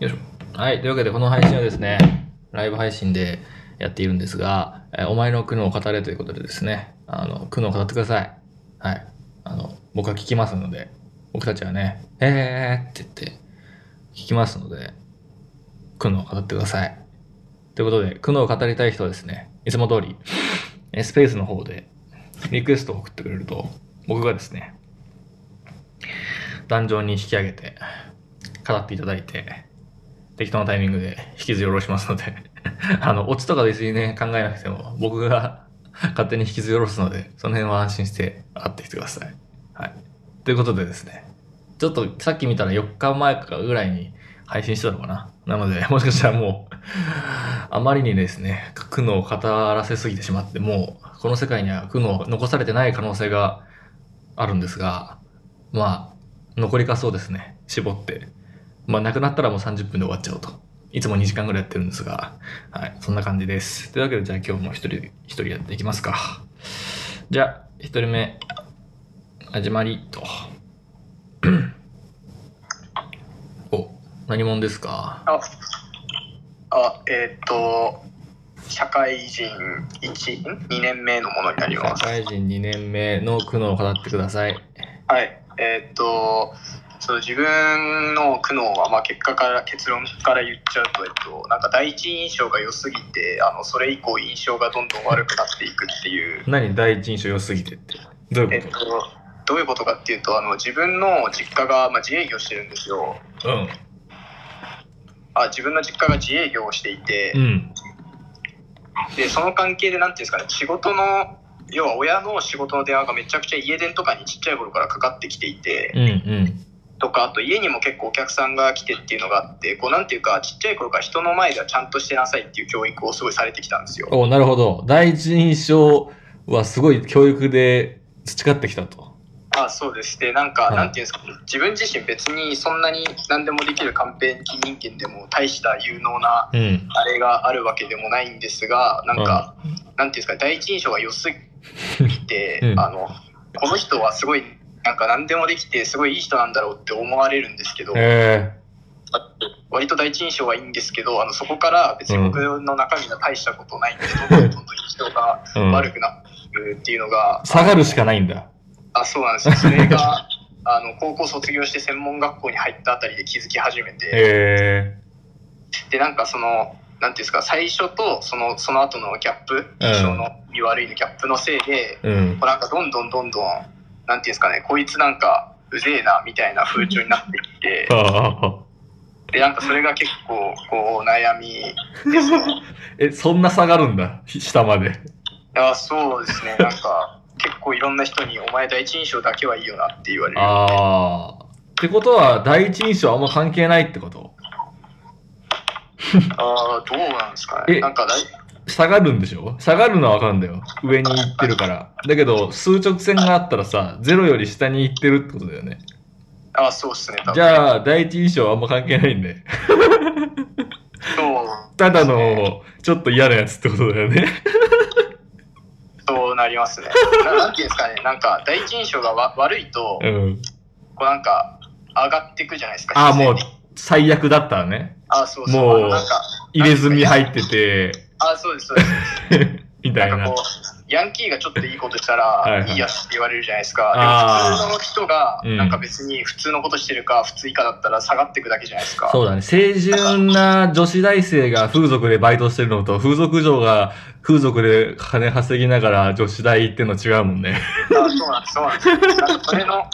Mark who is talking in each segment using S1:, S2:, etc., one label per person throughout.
S1: よいしょ。はい。というわけで、この配信はですね、ライブ配信でやっているんですが、えーお前の苦悩を語れということでですね、あの、苦悩を語ってください。はい。あの、僕は聞きますので、僕たちはね、えーって言って、聞きますので、苦悩を語ってください。ということで、苦悩を語りたい人はですね、いつも通り、えースペースの方で、リクエストを送ってくれると、僕がですね、壇上に引き上げて、語っていただいて、適当なタイミングで引きずり下ろしますので、 あの、オチとか別にね、考えなくても、僕が 勝手に引きずり下ろすので、その辺は安心して会ってきてください。はい。ということでですね、ちょっとさっき見たら4日前かぐらいに配信してたのかな。なので、もしかしたらもう、 あまりにですね、苦悩を語らせすぎてしまって、もう、この世界には苦悩、残されてない可能性があるんですが、まあ、残りかそうですね、絞って。まあ、なくなったらもう30分で終わっちゃうと。いつも2時間ぐらいやってるんですが、はい、そんな感じです。というわけで、じゃあ今日も一人、一人やっていきますか。じゃあ、一人目、始まりと。 お、何者ですか
S2: あ、あえっ、と、社会人1、2年目のものになり
S1: 社
S2: ます。
S1: 会人2年目の苦悩を語ってください。
S2: はい。えっ、と、その自分の苦悩は、まあ、結果から、結論から言っちゃうと、えっと、なんか第一印象が良すぎて、あの、それ以降印象がどんどん悪くなっていくっていう、
S1: 何第一印象良すぎてって。どう
S2: え
S1: いう
S2: っ、、
S1: こと
S2: どういうことかっていうと、あの、自分の実家が、まあ、自営業してるんですよ。
S1: とうん。
S2: あ、自分の実家が自営業をしていて、
S1: うん。
S2: でその関係でなんていうんですかね仕事の要は親の仕事の電話がめちゃくちゃ家電とかにちっちゃい頃からかかってきていて
S1: うん。うん。
S2: とかあと家にも結構お客さんが来てっていうのがあってこうなんていうかちっちゃい頃から人の前ではちゃんとしてなさいっていう教育をすごいされてきたんですよ
S1: お、なるほど。第一印象はすごい教育で培ってきたと。
S2: あそうですでなん
S1: は
S2: か
S1: い
S2: なんていうんですかね自分自身別にそんなに何でもできる完璧人間でも大した有能な
S1: うん。、
S2: あれがあるわけでもないんですがなんかなんていうんですか第一印象が良すぎて
S1: うん
S2: あのこの人はすごいなんか何でもできてすごいいい人なんだろうって思われるんですけど
S1: え
S2: 割と第一印象はいいんですけどあのそこから別に僕の中身が大したことないんで、どんどんどんどん印象が
S1: えうん
S2: 悪くなってるっていうのが
S1: 下がるしかないんだ。
S2: あそうなんですよそれがあの高校卒業して専門学校に入ったあたりで気づき始めて
S1: え
S2: でなんかそのなんていうんですか最初とそのその後のギャップ印象の良い悪いのギャップのせいで
S1: えうん。
S2: もうなんかどんどんどんどん、なんていうんですかね、こいつなんかうぜえなみたいな風潮になってきて
S1: あ、 ああ、
S2: で、なんかそれが結構、こう、悩みですね。
S1: え、そんな下がるんだ。下まで。
S2: あそうです ね、なんか、結構いろんな人に、お前第一印象だけはいいよなって言われる。
S1: ああ。ってことは、第一印象はあんま関係ないってこと
S2: あーどうなんですか
S1: え
S2: ね。なんか大、
S1: 下がるんでしょ下がるのはわかるんだよ。上に行ってるから。だけど、数直線があったらさ、ゼロより下に行ってるってことだよね。
S2: あそうですね、多分
S1: じゃあ、第一印象はあんま関係ないんで。
S2: そう、
S1: ただの、ちょっと嫌なやつってことだよね。
S2: そうなりますね。ななんていうんですかね、なんか、第一印象がわ悪いと
S1: う、ん。
S2: こうなんか、上がっていくじゃないですか。
S1: ああ、もう
S2: 自然に、
S1: 最悪だったらね。
S2: あそうそう、
S1: もう
S2: あのなんか、
S1: 入れ墨入ってて、
S2: あそうです、そうです。
S1: みたい
S2: なんか
S1: な
S2: こ。う、ヤンキーがちょっといいことした
S1: はい
S2: ら
S1: は、
S2: い
S1: い
S2: いやつって言われるじゃないですか。
S1: あー
S2: でも普通の人が、
S1: うん
S2: なんか別に普通のことしてるか、普通以下だったら下がっていくだけじゃないですか。
S1: そうだね。清純な女子大生が風俗でバイトしてるのと、風俗嬢が風俗で金稼ぎながら女子大行ってんの違うもんね。
S2: あそうなんです、そうなんです。なんかそれの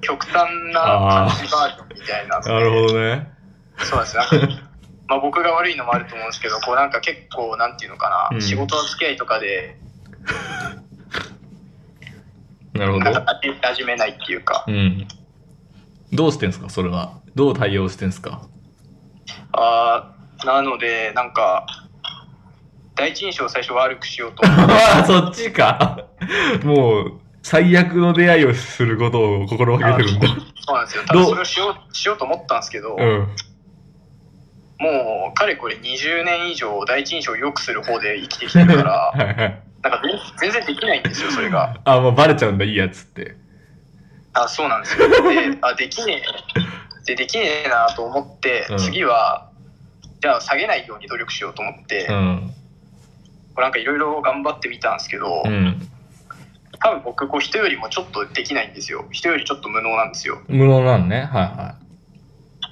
S2: 極端な感じバージョンみたいな。
S1: なるほどね。
S2: そうなんです。なんかまあ、僕が悪いのもあると思うんですけど、こうなんか結構、なんていうのかな、
S1: うん
S2: 仕事の付き合いとかで、
S1: なるほ
S2: なん
S1: ど。
S2: か馴染めないっていうか、
S1: うん。どうしてんすかそれは。どう対応してんす か
S2: あーなので、なんか、第一印象を最初悪くしようと 思って
S1: ああ、そっちか。もう、最悪の出会いをすることを心がけてるんだ。
S2: そうなんですよ。
S1: ど
S2: 多分そ
S1: う
S2: れをしようしようと思ったんですけど、
S1: うん。
S2: もうかれこれ20年以上第一印象を良くする方で生きてきてるか ら、
S1: はいはい。
S2: なんか全全然できないんですよ、それが。
S1: あ、もうバレちゃうんだ、いいやつって。
S2: あ、 そうなんですよ。で、あ、できねえ。で、できねえなと思って
S1: うん、
S2: 次は、じゃあ下げないように努力しようと思って、
S1: うん。
S2: こうなんかいろいろ頑張ってみたんですけど、
S1: うん。
S2: 多分僕こう人よりもちょっとできないんですよ人よりちょっと無能なんですよ
S1: 無能なんね。は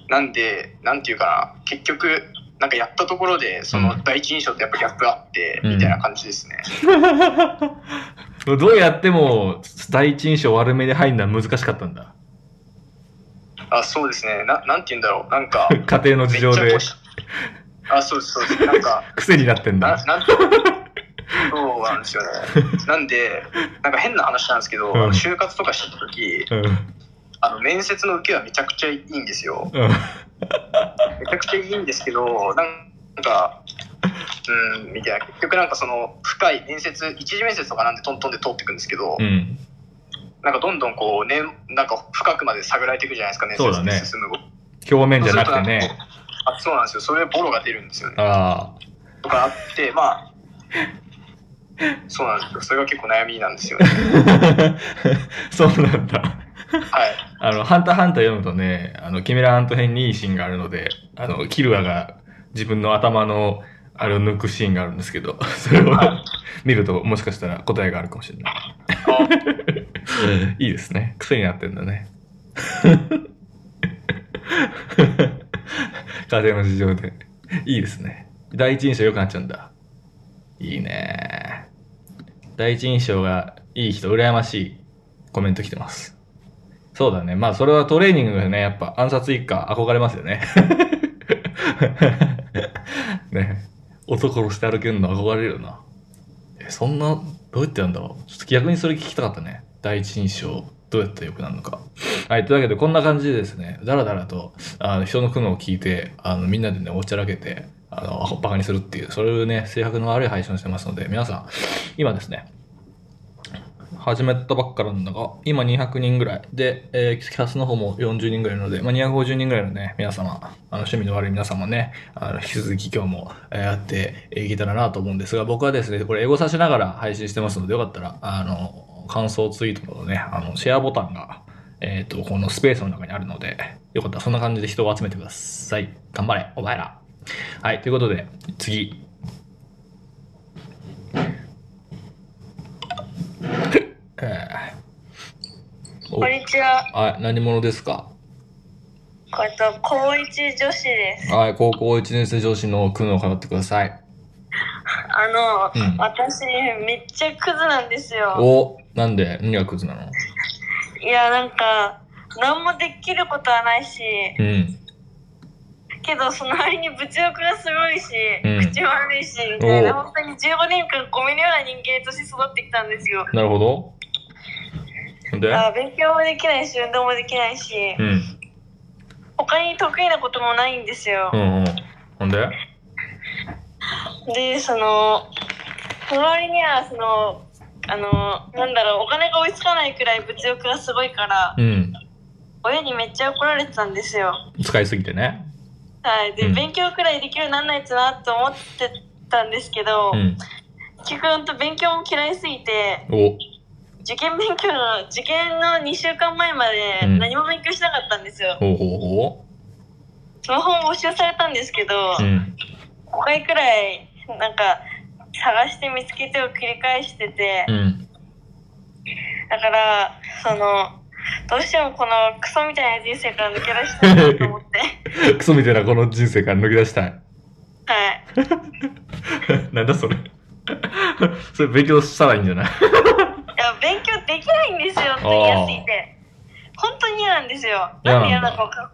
S2: なんでなんていうかな結局なんかやったところでそうの
S1: ん
S2: 第一印象ってやっぱギャップあって、
S1: うん
S2: みたいな感じですね
S1: いはい。どうやっても第一印象悪めで入るのは難しかったんだ。
S2: あそうですねななんて言うんだろうなんか
S1: 家庭の
S2: め
S1: 事
S2: っちゃ
S1: 情で
S2: こうあそうですそうですなんか
S1: 癖になってん
S2: な
S1: だ。
S2: なんてそうなんですよね なんでなんか変な話なんですけど、
S1: うん
S2: 就活とかした時
S1: うん。
S2: あの面接の受けはめちゃくちゃいいんですよ
S1: う
S2: め
S1: ん。
S2: ちゃくちゃいいんですけどなんかうんみたいな結局なんかその深い面接一次面接とかなんでトントンで通っていくんですけど、
S1: うん。
S2: なんかどんどんこう、ね、なんか深くまで探られていくじゃないですかね
S1: そうだ
S2: 面
S1: ね
S2: 接に進むごと
S1: 表面じゃなくてね。
S2: あそうなんですよそれでボロが出るんですよね
S1: あ
S2: とかあってまあそうなんですよそれが結構悩みなんですよね
S1: あ。 そうなんだ。
S2: はい
S1: あの、ハンターハンター読むとね、あの、キメラアント編にいいシーンがあるので、あの、キルアが自分の頭の、あれを抜くシーンがあるんですけど、 それを
S2: はい
S1: 見ると、もしかしたら答えがあるかもしれない。
S2: あ
S1: いいですね。癖になってんだ ね。家庭の事情で。いいですね。第一印象良くなっちゃうんだ。いいね。第一印象がいい人、羨ましいコメント来てます。そうだね。まあ、それはトレーニングがね、やっぱ暗殺一家憧れますよね。 ね。男殺して歩けるの憧れるよな。え、そんな、どうやってやるんだろう。ちょっと逆にそれ聞きたかったね。第一印象、どうやったら良くなるのか。はい、というわけで、こんな感じでですね、だらだらと、あの、人の苦悩を聞いて、あの、みんなでね、おちゃらけて、あの、アホバカにするっていう、それをね、制約の悪い配信をしてますので、皆さん、今ですね、始めたばっかなんだが、今200人ぐらい。で、えーキャスの方も40人ぐらいなので、まあ、250人ぐらいのね、皆様、あの趣味の悪い皆様ね、あの引き続き今日も、えーやっていけたらなと思うんですが、僕はですね、これ英語さしながら配信してますので、よかったら、あの、感想ツイートのね、あの、シェアボタンが、えっ、と、このスペースの中にあるので、よかったらそんな感じで人を集めてください。頑張れ、お前ら。はい、ということで、次。えー、お
S3: こんにちは。
S1: はい、何者ですか
S3: これと高一女子です。
S1: はい、高校1年生女子の苦悩を語ってください。
S3: あの、
S1: うん
S3: 私めっちゃクズなんですよ。
S1: お、なんで何がクズなの
S3: いやなんか何もできることはないし、
S1: うん。
S3: けどその割に物欲がすごいし、
S1: うん
S3: 口悪いしみたいな
S1: おう
S3: 本当に15年間ゴミのような人間として育ってきたんですよ。
S1: なるほど。で
S3: あ勉強もできないし運動もできないし、
S1: うん。
S3: 他に得意なこともないんですよ
S1: う。んうん。ほんで
S3: でそのその割にはそのあのなんだろうお金が追いつかないくらい物欲がすごいから。
S1: うん。
S3: 親にめっちゃ怒られてたんですよ。
S1: 使いすぎてね。
S3: はい、で、
S1: うん
S3: 勉強くらいできるようになんないとなと思ってたんですけど、
S1: うん。
S3: 結局ほんと勉強も嫌いすぎて
S1: お、
S3: 受験勉強の受験の2週間前まで
S1: うん
S3: 何も勉強しなかったんですよ。
S1: ほうほうほ
S3: スマホも没収されたんですけど、
S1: う。うん。
S3: 5回くらいなんか探して見つけてを繰り返してて
S1: う、ん。
S3: だからそのどうしてもこのクソみたいな人生から抜け出したいなと思って
S1: クソみたいなこの人生から抜け出した
S3: は
S1: い。
S3: い
S1: なんだそれ。それ勉強したらいいんじゃない
S3: いや勉強できないんですよ本当に嫌すぎて本当に嫌なんですよ
S1: 嫌
S3: なん
S1: な
S3: で嫌
S1: んだ
S3: なのか分かん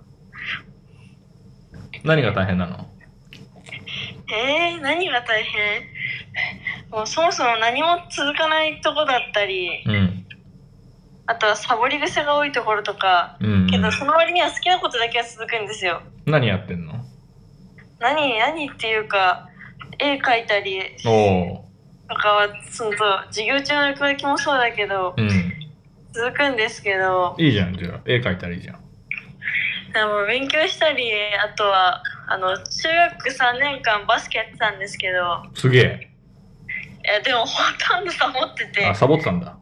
S1: 何が大変なの
S3: えー、何が大変もうそもそも何も続かないとこだったり
S1: うん。
S3: あとはサボり癖が多いところとか
S1: うん、うん
S3: けどその割には好きなことだけは続くんですよ
S1: 何やってんの
S3: 何何っていうか絵描いたり
S1: おお
S3: とかはその授業中の落書きもそうだけど
S1: ー。うん。
S3: 続くんですけど
S1: いいじゃん、じゃあ。絵描いたらいいじゃん。
S3: でも勉強したりあとはあの中学3年間バスケやってたんですけど
S1: すげえ。
S3: いやでもほとんどサボってて
S1: あ、サボってたんだ。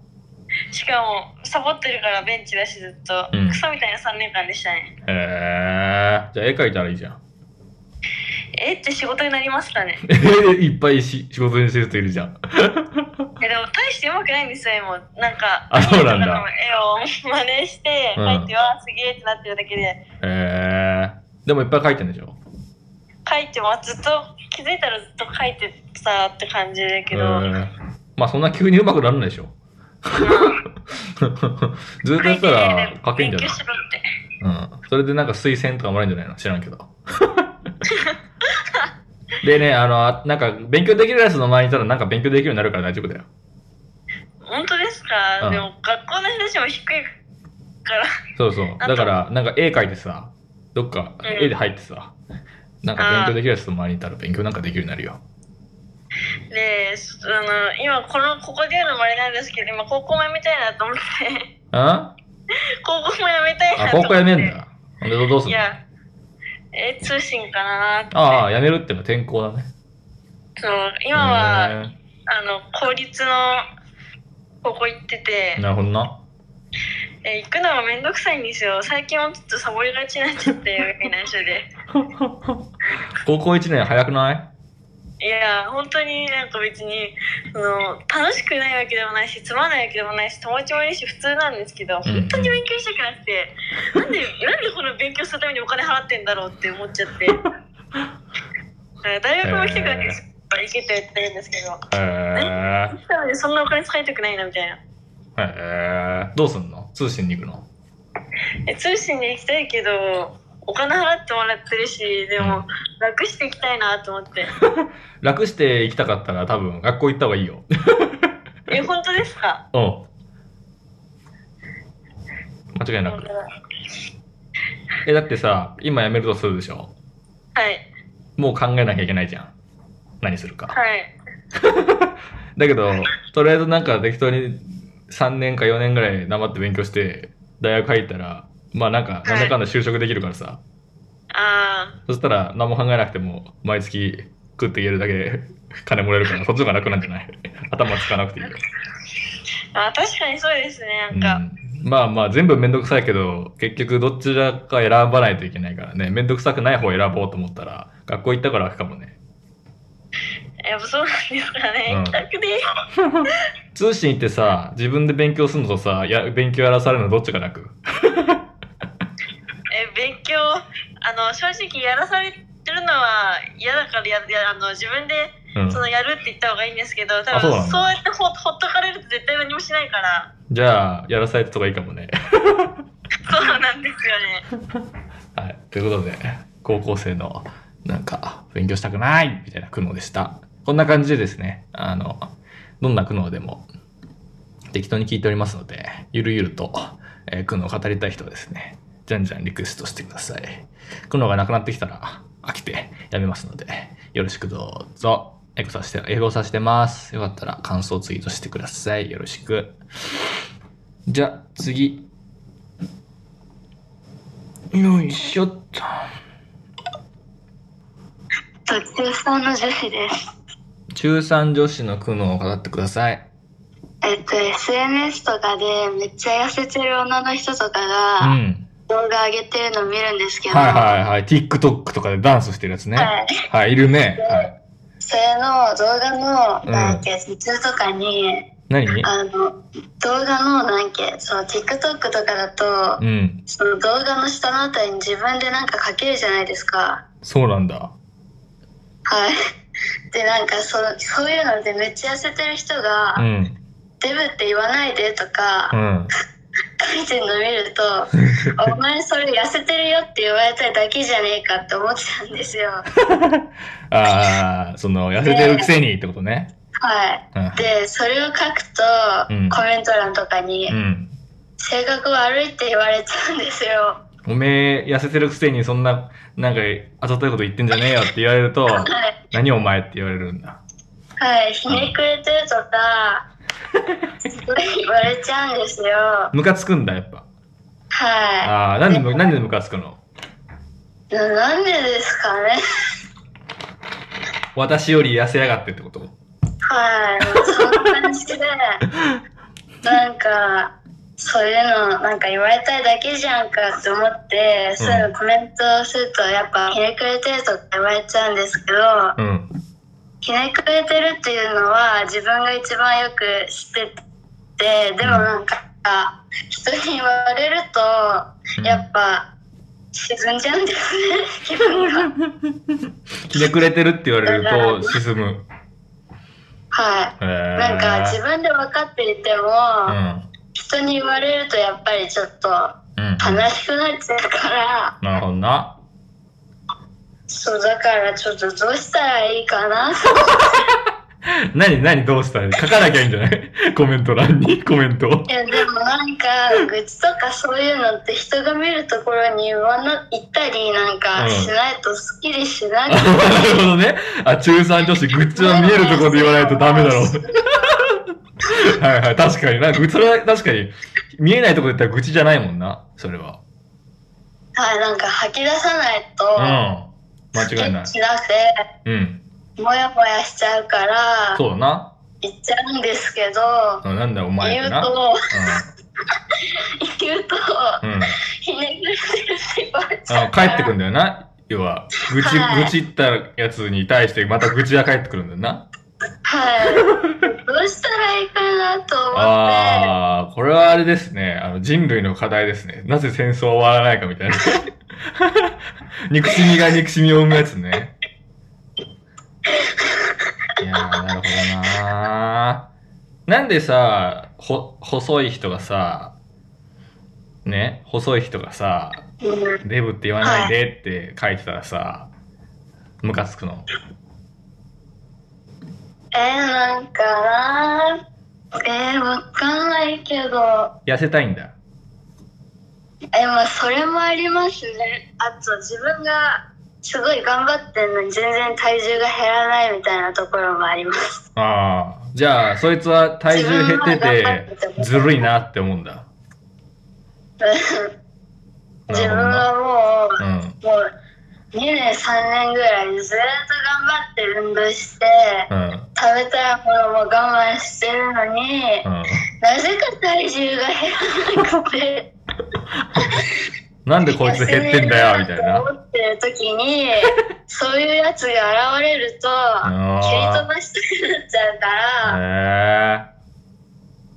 S3: しかもサボってるからベンチだしずっと、
S1: うん
S3: クソみたいな3年間でしたね
S1: へえ。じゃあ絵描いたらいいじゃん。
S3: いえって仕事になりますかね
S1: いっぱいし仕事にしてる人いるじゃん。
S3: えでも大して上手くないんですよ今なんか
S1: あそうなん
S3: アニ
S1: だ
S3: メとかの絵を真似して
S1: うん
S3: 描いては、すげえってなってるだけで
S1: へえー。でもいっぱい書いてんでしょ
S3: 描いてはずっと気づいたらずっと描いてたって感じだけど、
S1: へーまあそんな急にうまくなるんでしょ ずっとやったら書けんじゃ
S3: 勉
S1: な
S3: 強
S1: い
S3: しろって
S1: うん。それでなんか推薦とかもらえるんじゃないの知らんけど。 でね、あの、あなんか勉強できるやつの前にいたらなんか勉強できるようになるから大丈夫だよ。
S3: 本当ですか、
S1: うん
S3: でも学校の話も低いから
S1: そうそう。
S3: あと
S1: だから、なんか絵描いてさ、どっか
S3: うん
S1: 絵で入ってさ、なんか勉強できるやつの前にいたら勉強なんかできるようになるよ。
S3: でそあの今このここで言うのもあれなんですけど今高校もやめたいなと思って
S1: んあ、
S3: 高校もやめたいなと
S1: 高
S3: 思って
S1: 校やめんだ。ほんでどうす
S3: い
S1: んの
S3: やえ通信かなーって
S1: ああ、やめるってのは転校だね。
S3: そう今は、
S1: へ
S3: あの公立の高校行ってて
S1: え、なるほどな。
S3: え行くのがめんどくさいんですよ最近もちょっとサボりがちになっちゃ ってみんな一緒で
S1: 高校1年早くない
S3: いや本当になんか別にその楽しくないわけでもないしつまんないわけでもないし友達もいるし普通なんですけど
S1: うんうん
S3: 本当に勉強したくなくて、なんでなんでこの勉強するためにお金払ってんだろうって思っちゃってだから大学も来てくだけです行けって言ってるんですけど
S1: へえ。
S3: なのでそんなお金使いたくないなみたいな
S1: へえ。どうすんの通信に行くの
S3: え通信に行きたいけどお金払ってもらってるしでも、
S1: うん
S3: 楽していきたいなと思って
S1: 楽して行きたかったら多分学校行った方がいいよ。
S3: え本当ですか
S1: うん。間違いな
S3: 本
S1: く
S3: 当。だ
S1: え、だってさ、今辞めるとするでしょ
S3: はい
S1: もう考えなきゃいけないじゃん。何するか。
S3: はい
S1: だけど、とりあえずなんか適当に3年か4年ぐらい頑張って勉強して、大学入ったら、まあなんか、
S3: い
S1: なんだかんだ就職できるからさ。
S3: あ
S1: そしたら何も考えなくても、毎月食っていけるだけで金もらえるから、そっちの方が楽なんじゃない 頭つかなくていい
S3: ー
S1: よ。
S3: あ確かにそうですね
S1: う
S3: なん
S1: ん
S3: か、
S1: まあまあ全部めんどくさいけど結局どちらか選ばないといけないからねめんどくさくない方を選ぼうと思ったら学校行ったから楽かもね
S3: やっぱそうなんですかね、
S1: うん
S3: 楽で
S1: 通信行ってさ自分で勉強するのとさや勉強やらされるのどっちが楽
S3: え勉強あの正直やらされてるのは嫌だからややあの自分で
S1: うん
S3: そのやるって言った方がいいんですけど多
S1: あそうなん
S3: 分
S1: だ
S3: そうやってほほっとかれると絶対何もしない から
S1: じゃあやらされたとがいいかもね
S3: そうなんですよね
S1: はいということで高校生のなんか勉強したくないみたいな苦悩でしたこんな感じでですねあのどんな苦悩でも適当に聞いておりますのでゆるゆると、えー苦悩を語りたい人はですねじゃんじゃんリクエストしてください苦悩がなくなってきたら飽きてやめますのでよろしくどうぞエゴサしてエゴサしてますよかったら感想ツイートしてくださいよろしくじゃあ次よいしょっと
S3: 途中さんの女子です
S1: 中3女子の苦悩を語ってください
S4: えっと、SNS とかでめっちゃ痩せてる女の人とか
S1: う
S4: が
S1: ん
S4: 動画上げてるの見るんですけど、
S1: はいはいはい TikTok とかでダンスしてるやつね
S4: はい
S1: はいいるねはい
S4: それの動画
S1: うん
S4: の、なんけ、途中とかに、
S1: 何
S4: あの、動画の、なんけ、その TikTok とかだと、
S1: うん
S4: その動画の下のあたりに自分でなんか書けるじゃないですか。
S1: そうなんだ
S4: はい。 で、なんかそ、そういうのでめっちゃ痩せてる人が、
S1: うん
S4: デブって言わないでとか、
S1: うん
S4: 書いてるの見ると 「お前それ痩せてるよ」って言われただけじゃねえかって思ってたんです よ。
S1: ああ、その、痩せてるくせにってことね。
S4: はい、
S1: うん。
S4: でそれを書くと、
S1: うん
S4: コメント欄とかに「
S1: うん。
S4: 性格悪い」って言われちゃうんですよ。
S1: おめえ、痩せてるくせにそんな、なんか、あざといこと言ってんじゃねえよって言われると、
S4: はい、
S1: 何お前って言われるんだ。
S4: はい、ひねくれてると かすごい言われちゃうんですよ。
S1: ムカつくんだ、やっぱ。
S4: は
S1: ああ、なんでむ、なんでムカつくの
S4: い、ななんでですかね。
S1: 私より痩せやがってってこと
S4: はい、そんな感じで、なんか、そういうのなんか言われたいだけじゃんかって思って、そういうのコメントするとやっぱひねくれてるとか言われちゃうんですけど、
S1: うん。
S4: ひねくれてるっていうのは自分が一番よく知っててでもなんか人に言われるとやっぱ沈んじゃうんですね 気分が
S1: ひねくれてるって言われると沈む。
S4: はい
S1: えー
S4: なんか自分で分かっていても、人に言われるとやっぱりちょっと
S1: うん。うん。
S4: 悲しくなっちゃうから
S1: なるほどな。
S4: そうだからちょっとどうしたらいいか な
S1: 何、何、どうしたらいい書かなきゃいいんじゃない コメント欄に、 コメントを
S4: い。やでもなんか愚痴とかそういうのって人が見るところに言わな行ったりなん
S1: う
S4: か
S1: ん
S4: しないとすっきりしな
S1: あ
S4: い、
S1: なるほどね。あ、中3女子、グッズは見えるところで言わないとダメだろう。 はいはい、確かにな。ぐそれは確かに、 見えないところで言ったら愚痴じゃないもんな。それは。
S4: はいなんか吐き出さないうと
S1: ん。間違いない。
S4: しなくて
S1: うん。
S4: モヤモヤしちゃうから
S1: そうだな。
S4: 言っちゃうんですけど
S1: うんなんだよ、お前っ
S4: 言
S1: て
S4: う
S1: な。
S4: と 言うと
S1: うん。うん。
S4: ひねくれてるって言われちゃ
S1: あ
S4: う
S1: 帰
S4: から
S1: ってくんだよな。要は、愚痴、
S4: はい
S1: 愚痴ったやつに対して、また愚痴が返ってくるんだよな。
S4: はいどうしたらいいかなと思って
S1: ああ、これはあれですね。あの、人類の課題ですね。なぜ戦争は終わらないかみたいな。憎しみが憎しみを生むやつね。いやー、なるほどなー。なんでさ、ほ、細い人がさ、ね、細い人がさ、
S4: うん
S1: デブって言わないでって書いてたらさ、ムカつくの。
S4: えー、なんかなえー、わかんないけど
S1: 痩せたいんだ。
S4: えまあそれもありますねあと自分がすごい頑張ってんのに全然体重が減らないみたいなところもあります
S1: ああ、じゃあ、そいつは体重減ってて、ずるいなって思うんだ。
S4: 自分
S1: なる
S4: は
S1: ほどな。うん。
S4: もうもう2年3年ぐらいずっと頑張って運動して
S1: うん。
S4: 食べたいものも我慢してるのに
S1: うん。
S4: なぜか体重が減らなくて。
S1: なん でこいつ減ってんだよ、みたいな。
S4: 思ってる時に、そういうやつが現れると、蹴り飛ばし
S1: あ
S4: たくなっちゃうか
S1: あ。へえ。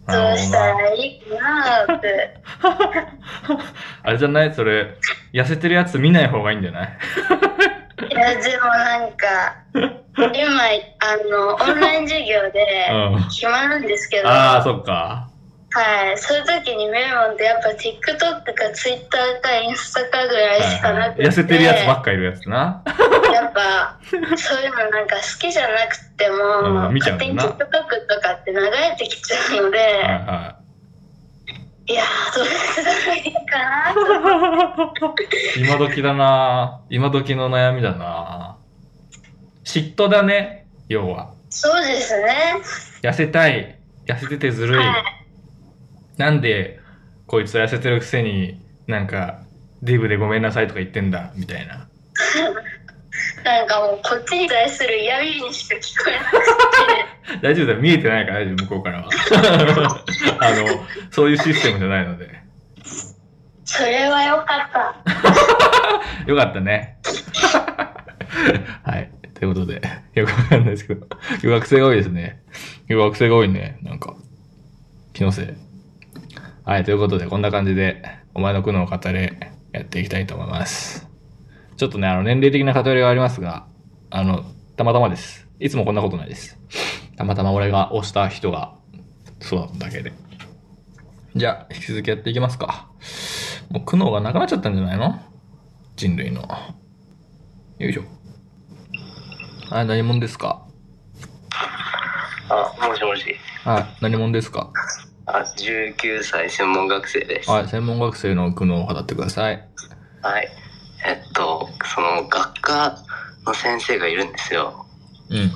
S4: ら、どうした
S1: なるほどな
S4: らいいかなって。
S1: あれじゃないそれ、痩せてるやつ見ない方がいいんじゃない
S4: いや、でもなんか、今、あの、オンライン授業
S1: う
S4: で、
S1: ん。
S4: 暇なんですけど、
S1: ああ、
S4: は
S1: そっか。
S4: い、そういう時にメモってやっぱ TikTok か Twitter かインスタかぐらいしかなくて、
S1: 痩せてるやつばっかいるやつな。
S4: やっぱそういうのなんか好きじゃなくても、
S1: うん見ちゃ
S4: 勝
S1: うも
S4: 手
S1: ん
S4: に
S1: な
S4: TikTok とかって流れてきちゃうので、、
S1: はいはい
S4: やーどうしたらいいかなと
S1: い。今時だな。今時の悩みだな。嫉妬だね、要は。
S4: そうですね
S1: 痩せたい痩せててずるい、
S4: はい
S1: なんでこいつは痩せてるくせになんかデブでごめんなさいとか言ってんだみたいな
S4: なんかもうこっちに対する嫌味にしか聞こえなく
S1: 大丈夫だよ見えてないから大丈夫向こうからは あのそういうシステムじゃないので
S4: てそれは良かった
S1: よかったねはいということでよくわかんないですけど留学生が多いですね留学生が多いねなんか気のせいはい、ということで、こんな感じで、お前の苦悩を語れ、やっていきたいと思います。ちょっとね、あの、年齢的な偏りはありますが、あの、たまたまです。いつもこんなことないです。たまたま俺が押した人が、そうだっただけで。じゃあ、引き続きやっていきますか。もう苦悩がなくなっちゃったんじゃないの人類の。よいしょ。はい、何者ですか
S5: あ、もしもし。
S1: はい、何者ですか
S5: あ、19歳専門学生です。
S1: はい、専門学生の苦悩を語ってください。
S5: はい。えっと、その学科の先生がいるんですよ。
S1: うん。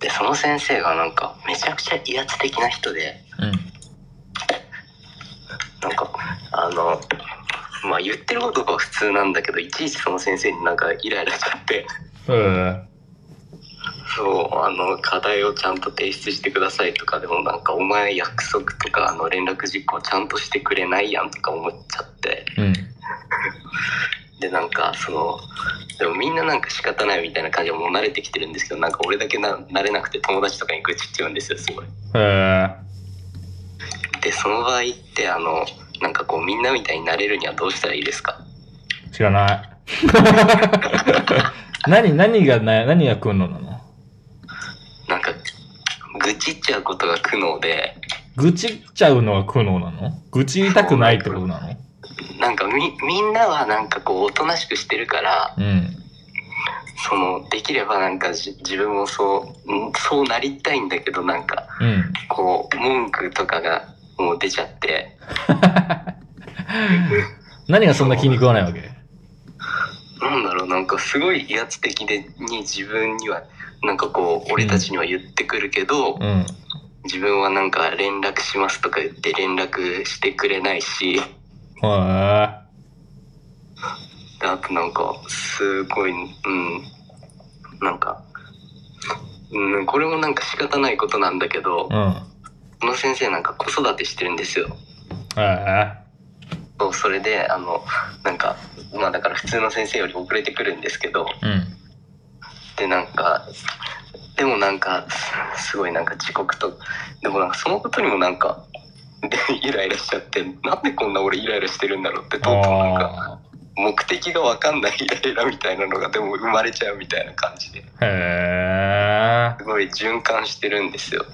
S5: で、その先生がなんかめちゃくちゃ威圧的な人で、
S1: うん。
S5: なんか、あの、まあ言ってることが普通なんだけど、いちいちその先生になんかイライラしちゃって、
S1: へえ。
S6: そう、あの、課題をちゃんと提出してくださいとかでもなんか、お前約束とか、あの、連絡実行ちゃんとしてくれないやんとか思っちゃって、
S1: うん。
S6: で、なんか、その、でもみんななんか仕方ないみたいな感じでもう慣れてきてるんですけど、なんか俺だけな慣れなくて友達とかに愚痴っちゃうんですよ、すごい。
S1: へえ。
S6: で、その場合って、あの、なんかこう、みんなみたいになれるにはどうしたらいいですか
S1: 知らない。 何、何がな、何が苦悩なの
S6: なんか、愚痴っちゃうことが苦悩で、
S1: 愚痴っちゃうのが苦悩なの愚痴りたくないってことなの
S6: なんかみ、みんなはなんかこう、おとなしくしてるから、
S1: うん。
S6: その、できればなんかじ自分もそう、んそうなりたいんだけど、なんか、
S1: うん。
S6: こう、文句とかがもう出ちゃって、
S1: 何がそんな気に食わないわけ
S6: なんだろう、なんかすごい威圧的で、に自分には、なんかこう、俺たちには言ってくるけど、
S1: うん。
S6: 自分はなんか連絡しますとか言って連絡してくれないし、
S1: へえ。
S6: であとなんか、すごい、うん、なんか、うん、これもなんか仕方ないことなんだけど
S1: う、ん。
S6: この先生なんか子育てしてるんですよ。
S1: へ
S6: そうそれで、あの、なんか、まあだから普通の先生より遅れてくるんですけど、
S1: え。うん。
S6: でなんかでもなんかすごいなんか遅刻とでもなんかそのことにもなんかでイライラしちゃってなんでこんな俺イライラしてるんだろうってとうとうなんか
S1: あ
S6: 目的が分かんないイライラみたいなのがでも生まれちゃうみたいな感じで
S1: あ。へ
S6: すごい循環してるんですよ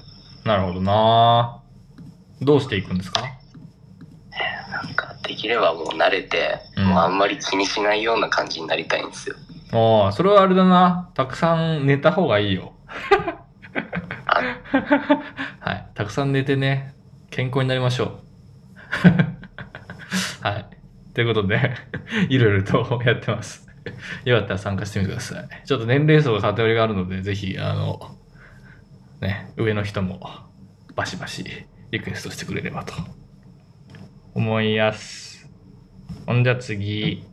S1: え。なるほどな。どうしていくんですか
S6: なんかできればもう慣れて、
S1: うん
S6: もうあんまり気にしないような感じになりたいんですよ
S1: ああ、それはあれだな。たくさん寝た方がいい よ。
S6: あ
S1: はい。たくさん寝てね、健康になりましょう。 はい。ということで、 いろいろと やってます。よかったら参加してみてください。ちょっと年齢層が偏りがあるので、ぜひ、あの、ね、上の人もバシバシリクエストしてくれればと思いやす。ほんじゃ次。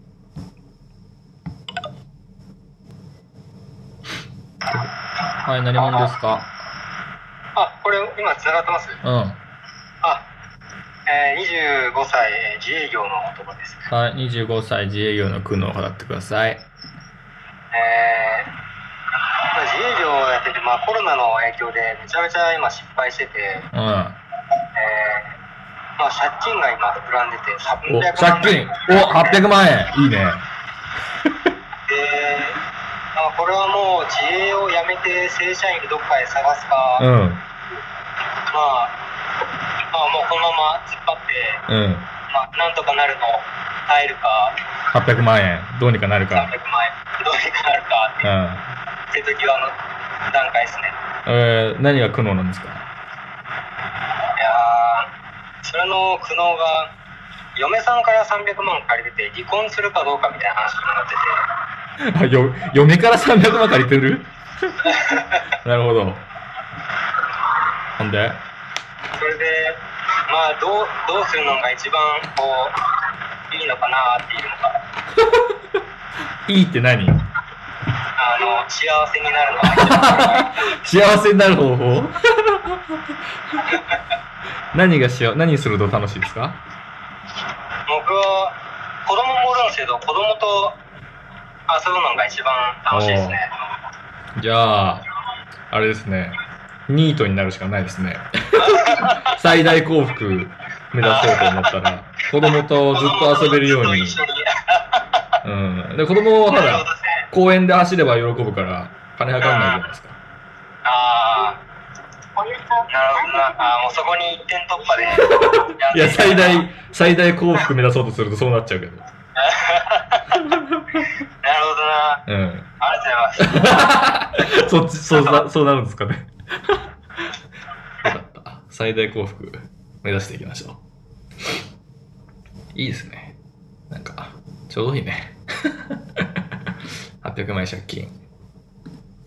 S1: はい、何者ですか
S7: あ、これ今繋がってます
S1: うん。は
S7: あ、えー、25歳、えー自営業の男です。
S1: い、25歳自営業の苦悩を語ってください。
S7: えーまあ自営業をやってて、まあ、コロナの影響でめちゃめちゃ今失敗してて、えー
S1: うん。
S7: まあ、借金が今膨らんでて
S1: お、
S7: 800万
S1: 借金
S7: 円
S1: お、800万円いいね。
S7: で、まあ、これはもう自営をやめて正社員どっかで探すか、まあ、
S1: うん。
S7: まあもうこのまま突っ張って、
S1: うん。
S7: まあ、なんとかなるのを耐えるか
S1: 800万円、どうにかなる
S7: 300
S1: か。
S7: 万円どうにかなるか
S1: うん。
S7: っていう時はの段階ですね。
S1: えー、何が苦悩なんですか
S7: いやーそれの苦悩が嫁さんから300万借りてて離婚するかどうかみたいな話になってて
S1: あ、よ、嫁から300万借りてる なるほど。ほんで
S7: それでまあどうどうするのが一番こういいのかなっていうのが
S1: いいって何
S7: あの幸せになるのが一番
S1: 幸せになる方法 何がしよ、何すると楽しいですか
S7: 僕は子供もおるんですけど子供と遊ぶのが一番楽しいですね
S1: じゃあ、あれですね。ニートになるしかないです ね。最大幸福目指そうと思ったら、子供とずっと遊べるように。
S7: 子供とずっと一緒に
S1: うん。で、子供はほ
S7: なるほど
S1: ら、
S7: ですね
S1: 公園で走れば喜ぶから、金かかんないじゃないですか。
S7: ああなるほどなあーもうそこに一点突破で
S1: いや、最大、最大幸福目指そうとするとそうなっ ちゃうけど。
S7: なるほどな
S1: うん。
S7: ありがとうございます。
S1: そっち、そうな、そうなるんですかね。よかった。最大幸福、目指していきましょう。いいですね。なんか、ちょうどいいね。800万円借金、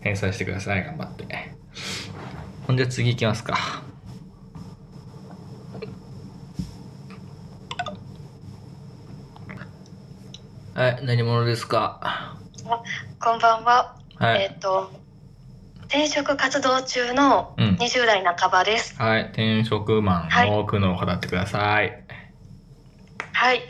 S1: 返済してください。頑張って。ほんじゃ次行きますか。はい、何者ですか
S8: こんばんは。
S1: はい。
S8: えっ、と、転職活動中の
S1: うん。
S8: 20代半ばです。
S1: はい。転職マンの苦悩を語ってください。
S8: はい。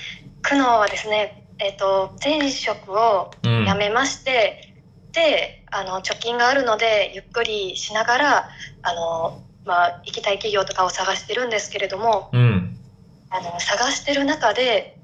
S8: 苦悩はですね、えっ、と、前職を
S1: うん。
S8: 辞めまして、で、あの、貯金があるので、ゆっくりしながら、あの、まあ、行きたい企業とかを探してるんですけれども、
S1: うん。
S8: あの探してる中で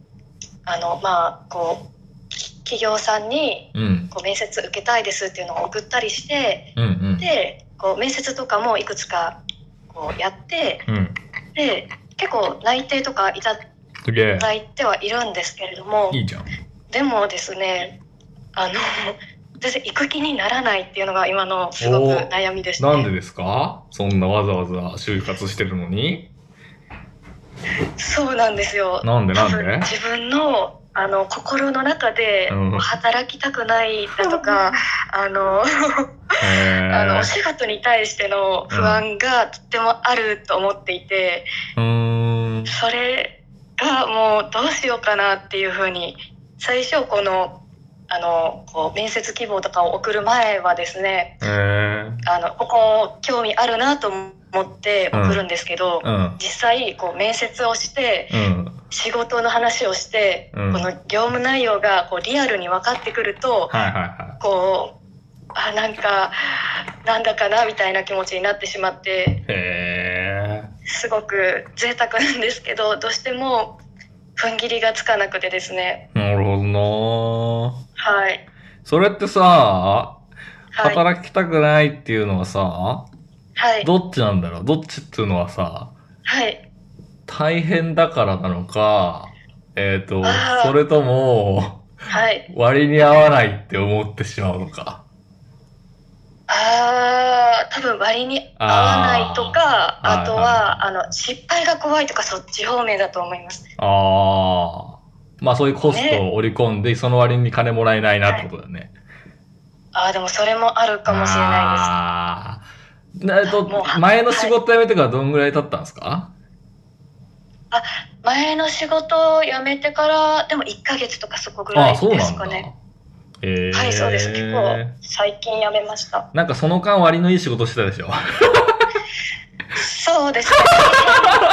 S8: あのまあこう企業さんに
S1: うん。
S8: こう面接受けたいですっていうのを送ったりして
S1: うん。うん。
S8: でこう面接とかもいくつかこうやって
S1: うん。
S8: で結構内定とかいた
S1: すげえ。
S8: だいてはいるんですけれども
S1: いいじゃん。
S8: でもですねあの全然行く気にならないっていうのが今のすごく
S1: おー
S8: 悩みでして
S1: なんでですかそんなわざわざ就活してるのに
S8: そうなんですよ
S1: なんでなん
S8: 多分
S1: で
S8: 自分のあの心の中で
S1: うん
S8: 働きたくないだと か、あの
S1: え
S8: あのお仕事に対しての不安がとってもあると思っていて、
S1: ー、うーん。
S8: それがもうどうしようかなっていうふうに最初このあのこう面接希望とかを送る前はですね
S1: え
S8: あのここ興味あるなと思って送るんですけど、
S1: ー、うん。
S8: 実際こう面接をして
S1: うん。
S8: 仕事の話をして、
S1: うん
S8: この業務内容がこうリアルに分かってくると
S1: はいはいは
S8: こうあなんかなんだかなみたいな気持ちになってしまって
S1: い。へえ。
S8: すごく贅沢なんですけどどうしても踏ん切りがつかなくてですね
S1: なるほどなー
S8: はい
S1: それってさ、
S8: はい
S1: 働きたくないっていうのはさ、
S8: はい
S1: どっちなんだろうどっちっていうのはさ、
S8: はい
S1: 大変だからなのか、えっ、と
S8: あ、ー
S1: それとも、
S8: はい
S1: 割に合わないって思ってしまうのか。
S8: あー多分割に合わないとか
S1: あー
S8: あとはあの失敗が怖いとかそっち方面だと思います
S1: ああ。まあそういうコストを織り込んで、その割に金もらえないなってことだよね。
S8: あーでもそれもあるかもしれないです
S1: あーなえっと
S8: もうは、
S1: 前の仕事辞めてからどんぐらい経ったんですか、
S8: 前の仕事を辞めてからでも1ヶ月とかそこぐ
S1: あ
S8: ら
S1: あ、そう
S8: いで
S1: な
S8: す
S1: んだ
S8: か。ね
S1: えー、
S8: はいそうです結構最近辞めました
S1: なんかその間割のいい仕事してたでしょ。
S8: そうです ね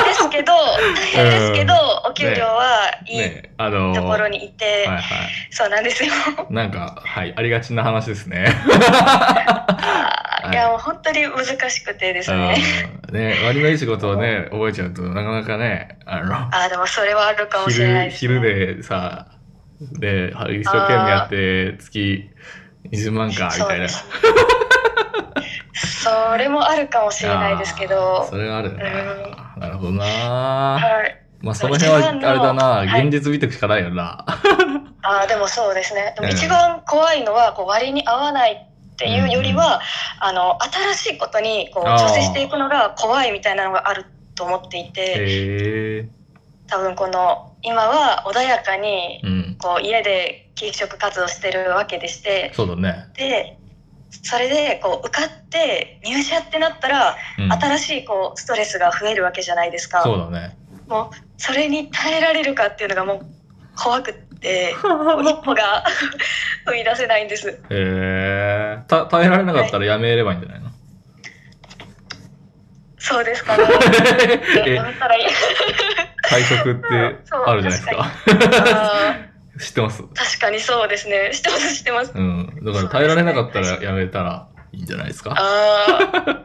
S8: ですけど大変ですけどお給料はいい
S1: ねあのー
S8: ところにいて、
S1: はいはい。
S8: そうなんですよ
S1: なんか、はい、ありがちな話ですね。
S8: あー
S1: はい
S8: いやもう本当に難しくてですね
S1: うんね割のいい仕事をね、覚えちゃうとなかなかね、あの、
S8: あーでもそれはあるかもしれない
S1: 昼
S8: です
S1: 昼でさで一生懸命やって月20万かみ
S8: そ
S1: た
S8: う
S1: いな
S8: ですそれもあるかもしれないですけ
S1: あー
S8: ど
S1: それはあるよね
S8: う
S1: なるほどな
S8: はい、
S1: まあその辺は
S8: 一番の
S1: あれだな
S8: はい
S1: 現実見てくしかないよな
S8: あーでもそうですねでも
S1: うん
S8: 一番怖いのはこう割に合わないっていうよりは、あの新しいことにこう
S1: あー
S8: 挑戦していくのが怖いみたいなのがあると思っていて
S1: へえ
S8: 多分この今は穏やかに
S1: うん
S8: こう家で給食活動してるわけでして
S1: そうだね
S8: でそれでこう受かって入社ってなったら
S1: うん
S8: 新しいこうストレスが増えるわけじゃないですか
S1: そうだね
S8: それに耐えられるかっていうのがもう怖く ってもう一歩が 踏み出せないんです。
S1: へえた耐えられなかったらやめればいいんじゃないの
S8: そうですかね。
S1: え
S8: やめたらい い。
S1: 退職ってあるじゃないですか
S8: あ
S1: 知ってます
S8: ー確かにそうですね。知ってます、知ってます。
S1: うんだから耐えられなかったらやめたらいいんじゃないですか
S8: ああ、確か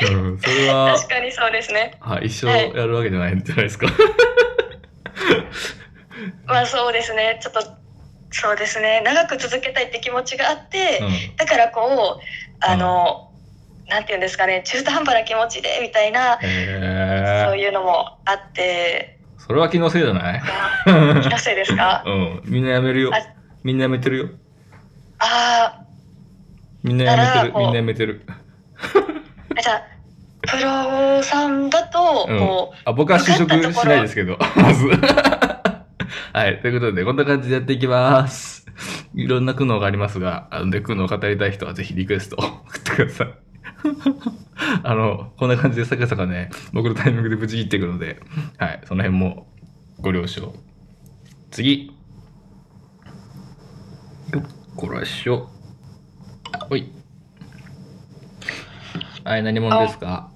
S1: え
S8: に。
S1: うんそれは
S8: 確かにそうですね。
S1: はい、一生
S8: はい
S1: やるわけじゃないんじゃないですか。
S8: まあそうですね。ちょっと、そうですね。長く続けたいって気持ちがあって、
S1: う
S8: だからこう、あの、なんていうんですかね、中途半端な気持ちで、みたいな、
S1: ん。
S8: そう
S1: へえ。
S8: いうのもあって、
S1: それは気のせいじゃない
S8: あ気のせいですか
S1: うん。みんなやめるよ
S8: あ。
S1: みんなやめてるよ。
S8: あ
S1: みんなやめて
S8: なら
S1: る。
S8: こう
S1: みんなやめてる。
S8: あ、じゃあ、プロさんだと、
S1: うん
S8: こう、
S1: あ、僕は試食しないですけど、まず。 はい。ということで、こんな感じでやっていきます。いろんな苦悩がありますが、あので、苦悩を語りたい人はぜひリクエストを 送ってください。あの、こんな感じで、さかさかね、僕のタイミングでぶち切っていくので、はい。その辺もご了承。次。よっこらしょ。ほい。はい、何者ですか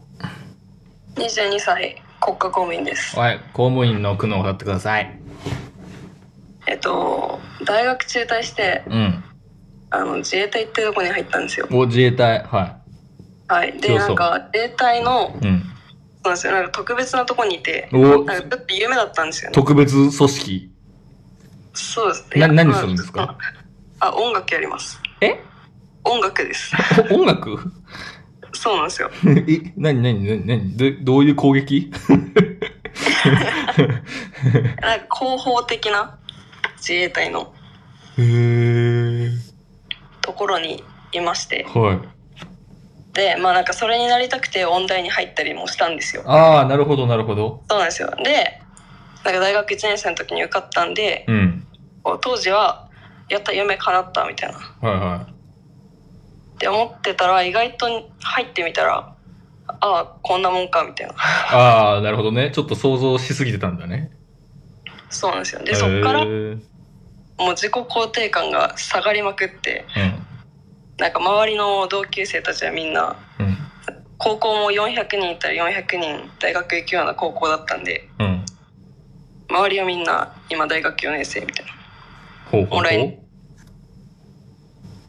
S9: 22歳国家公務員です
S1: はい、公務員の苦悩を語ってください。
S9: えっと大学中退して
S1: うん。
S9: あの自衛隊ってとこに入ったんですよ
S1: お自衛隊、は
S9: はいで
S1: 強
S9: な
S1: そうん
S9: か自衛隊の
S1: い。うん。
S9: そうなんですよなんか特別なとこにいて
S1: お
S9: なんかちょっと夢だったんですよね
S1: 特別組織。
S9: そうです
S1: ない
S9: や
S1: 何するんですか
S9: あ音楽やります
S1: え
S9: 音楽です
S1: お 音楽
S9: そうなんですよ
S1: え、なになになになにどどういう攻撃
S9: なんか広報的な自衛隊の
S1: へえ。
S9: ところにいまして
S1: はい。
S9: でまあなんかそれになりたくて音大に入ったりもしたんですよ
S1: ああ、なるほど、なるほど。
S9: そうなんですよでなんか大学1年生の時に受かったんで
S1: うん。
S9: こう当時はやった夢叶ったみたいなっ
S1: はいは。
S9: て思ってたら意外と入ってみたらああこんなもんかみたいない
S1: ああ、なるほどね。ちょっと想像しすぎてたんだね。
S9: そうなんですよ
S1: へ
S9: で
S1: ー
S9: そっから
S1: う
S9: も
S1: ん。
S9: う自己肯定感が下がりまくってなんか周りの同級生たちはみんな
S1: うん。
S9: 高校も400人いたら400人大学行くような高校だったんで
S1: うん。
S9: 周りはみんな今大学4年生みたいな
S1: ほうほうほ
S9: オンライ
S1: う
S9: ン。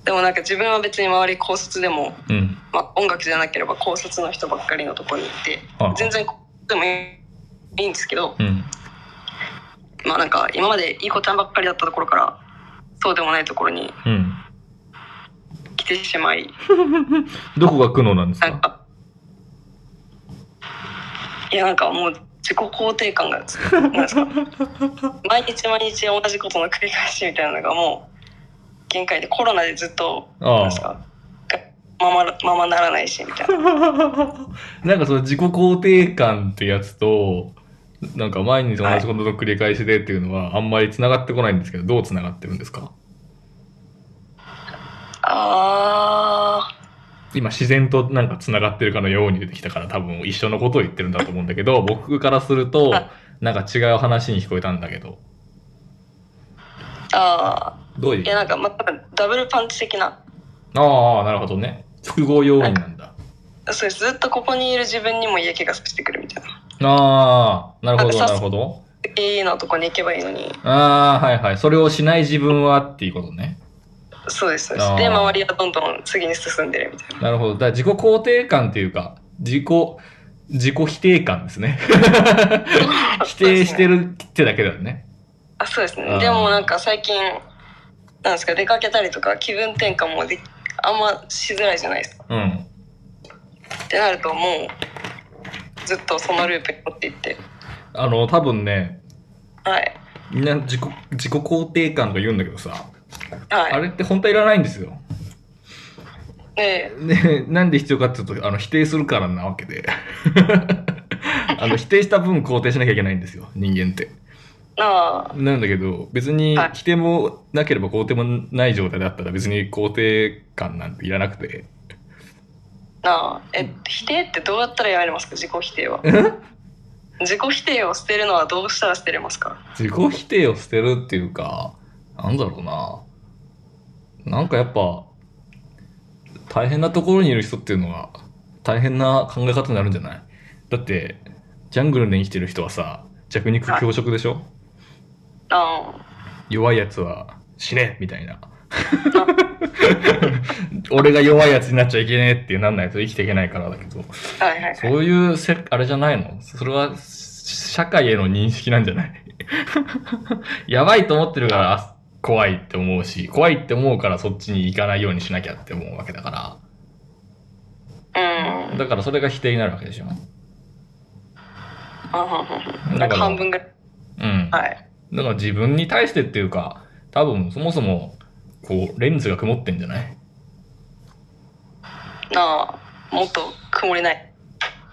S9: でもなんか自分は別に周り高卒でも、
S1: うん。
S9: まあ、音楽じゃなければ高卒の人ばっかりのとこにいて
S1: はいはい
S9: 全然高卒でもいいいいんですけど
S1: うん。
S9: まあなんか今までいい子ちゃんばっかりだったところからそうでもないところに
S1: うん。
S9: 来てし まい
S1: どこが苦悩なんです
S9: なん
S1: か
S9: かいやなんかもう自己肯定感がなんですか毎日毎日同じことの繰り返しみたいなのがもう限界でコロナでずっとなん
S1: あ
S9: ですかままままならないしみたいな
S1: あ。なんかその自己肯定感ってやつと、なんか毎日同じことの繰り返しでっていうのはあんまり繋がってこないんですけど、どう繋がってるんですか
S9: あ
S1: 今自然となんか繋がってるかのように出てきたから多分一緒のことを言ってるんだと思うんだけ ど、僕からすると
S9: はい、
S1: なんか違う話に聞こえたんだけど、
S9: ーあ
S1: どうい
S9: ーいや
S1: う
S9: なんかま多分ダブルパンチ的な
S1: ああ、なるほどね。複合要因なんだ。
S9: そうですずっとここにいる自分にも嫌気がさしてくるみたいな
S1: ああ、なるほど、
S9: なんか
S1: な
S9: さ
S1: るほど。
S9: いいのとこに行けばいいのに
S1: ああ、はいはい。それをしない自分はっていうことね。
S9: そうですそうです
S1: あー
S9: で周りはどんどん次に進んでるみたいな
S1: なるほど。だから自己肯定感っていうか、自己、自己否定感です ね。否定してるってだけだよね。
S9: あそうです
S1: あー
S9: ねでもなんか最近なんですか出かけたりとか気分転換もできあんましづらいじゃないですか
S1: うん。
S9: ってなるともうずっとそのループに持っていって
S1: あの、多分ね、
S9: はい
S1: みんな自己、自己肯定感とか言うんだけどさ、あ
S9: はい
S1: れって本当はいらないんですよ。
S9: で
S1: ね、なんで必要かっていうと、あの、否定するからなわけで。 あの、否定した分肯定しなきゃいけないんですよ、人間って。
S9: な
S1: なんだけど、別に
S9: はい
S1: 否定もなければ肯定もない状態だったら別に肯定感なんていらなくて。
S9: あなあえ否定ってどうやったらやめれますか自己否定は自己否定を捨てるのはどうしたら捨てれますか
S1: 自己否定を捨てるっていうか、なんだろうな。なんかやっぱ、大変なところにいる人っていうのは、大変な考え方になるんじゃないだって、ジャングルで生きてる人はさ、弱肉強食でしょ
S9: あ
S1: 弱いやつは死ねみたいな。俺が弱いやつになっちゃいけねえってなんないと生きていけないからだけど、
S9: あはいはい
S1: そういうせ、あれじゃないのそれは、社会への認識なんじゃない やばいと思ってるから、あ怖いって思うし、怖いって思うからそっちに行かないようにしなきゃって思うわけだか
S9: うん
S1: ら。だからそれが否定になるわけでしょ
S9: あはんはんはんな
S1: だ
S9: んから
S1: か
S9: 半分ぐらい
S1: うん。
S9: はい
S1: だから自分に対してっていうか、多分そもそも、こう、レンズが曇ってんじゃない
S9: なあもっと曇りない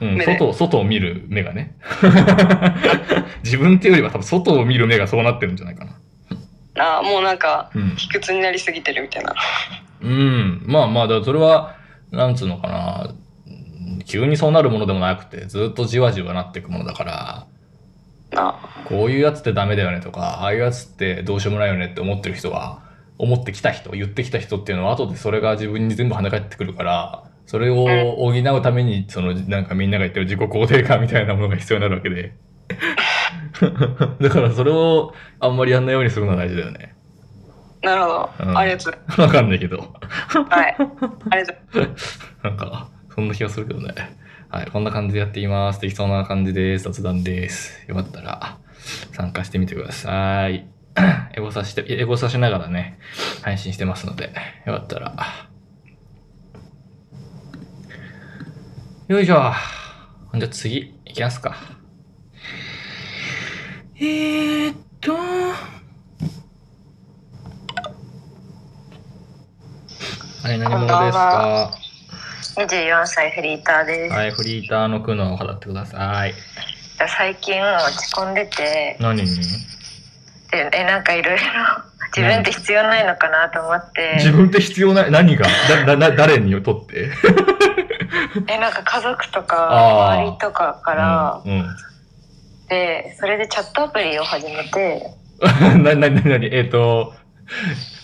S1: うん、
S9: 目で
S1: 外を、外を見る目がね。 自分っていうよりは多分外を見る目がそうなってるんじゃないかな。
S9: なあもうなんか
S1: うん。
S9: 卑屈になりすぎてるみたいな
S1: うん。まあまあ、だからそれは、なんつうのかな。うん急にそうなるものでもなくて、ずっとじわじわなっていくものだから、
S9: な
S1: こういうやつってダメだよねとか、ああいうやつってどうしようもないよねって思ってる人は、思ってきた人、言ってきた人っていうのは、後でそれが自分に全部跳ね返ってくるから、それを補うために、その、なんかみんなが言ってる自己肯定感みたいなものが必要になるわけで。 だからそれをあんまりやんないようにするのは大事だよね。
S10: なるほど、
S1: うん
S10: ありがとう
S1: わかんないけど。
S10: はいありがとう
S1: なんか、そんな気がするけどね。はい、こんな感じでやっています。適当な感じです。雑談です。よかったら、参加してみてください。 エゴサして、エゴサしながらね、配信してますので、よかったら。よいしょ。ほんじゃ次、いきますか。えーっと、はい、何
S11: こ
S1: 者です
S11: んばんは
S1: か
S11: 24歳フリーターです、
S1: はい、フリーターの苦悩を払ってください。
S11: 最近落ち込んでて
S1: 何に
S11: でえなんかい ろいろ自分って必要ないのかなと思って
S1: 自分って必要ない何がだだだ誰にとって
S11: えなんか家族と
S1: あ
S11: か
S1: ー
S11: 周りとかから、
S1: うん、
S11: でそれでチャットアプリを始めて
S1: うん、 ななななにえっ、と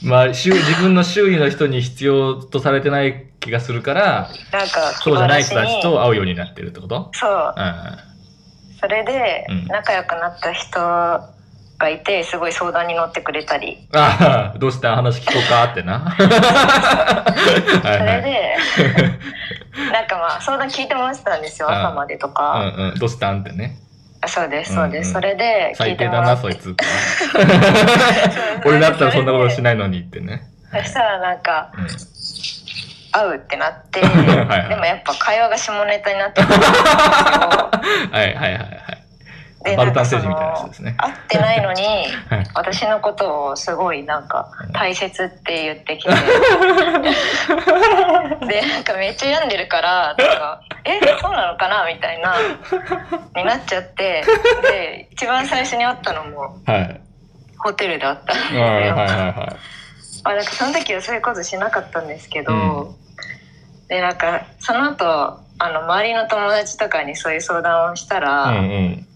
S1: まあ周自分の周囲の人に必要とされてない気がするから
S11: なんか
S1: そうじゃない人た
S11: 気晴らし
S1: ち
S11: に
S1: と会うようになってるってこと
S11: そう
S1: うん
S11: それで
S1: うん
S11: 仲良くなった人がいてすごい相談に乗ってくれたり
S1: ああどうした話聞こうかって なはい
S11: そ
S1: は
S11: れ
S1: い
S11: でなんかまあ相談聞いてましたんですよ
S1: うん
S11: 朝までとか
S1: うんうんどうしたんってね
S11: あそうですそうです
S1: うんう
S11: そ
S1: ん
S11: れで聞
S1: 最
S11: いて
S1: 低
S11: も
S1: だ
S11: ら
S1: な
S11: っ
S1: そい
S11: て
S1: つって 俺だったらそんなことしないのにってね、
S11: そしたらなんか
S1: うん
S11: 会うってなって
S1: はいはい
S11: でもやっぱ会話が下ネタになって くるん
S1: はいはいはいはい。
S11: ですよ
S1: バ
S11: で
S1: ルタン星
S11: そ
S1: 人みたいなやつ
S11: の
S1: ですね。
S11: 会ってないのに
S1: はい
S11: 私のことをすごいなんか大切って言ってき てでなんかめっちゃ病んでるからなんかえそうなのかなみたいなになっちゃってで一番最初に会ったのも
S1: はい。
S11: ホテルで会ったんです
S1: はい
S11: よ、
S1: はいはいは
S11: まあ、なんかその時はそういうことしなかったんですけど、
S1: うん
S11: でなんかその後あの周りの友達とかにそういう相談をしたら、
S1: い。うんうん。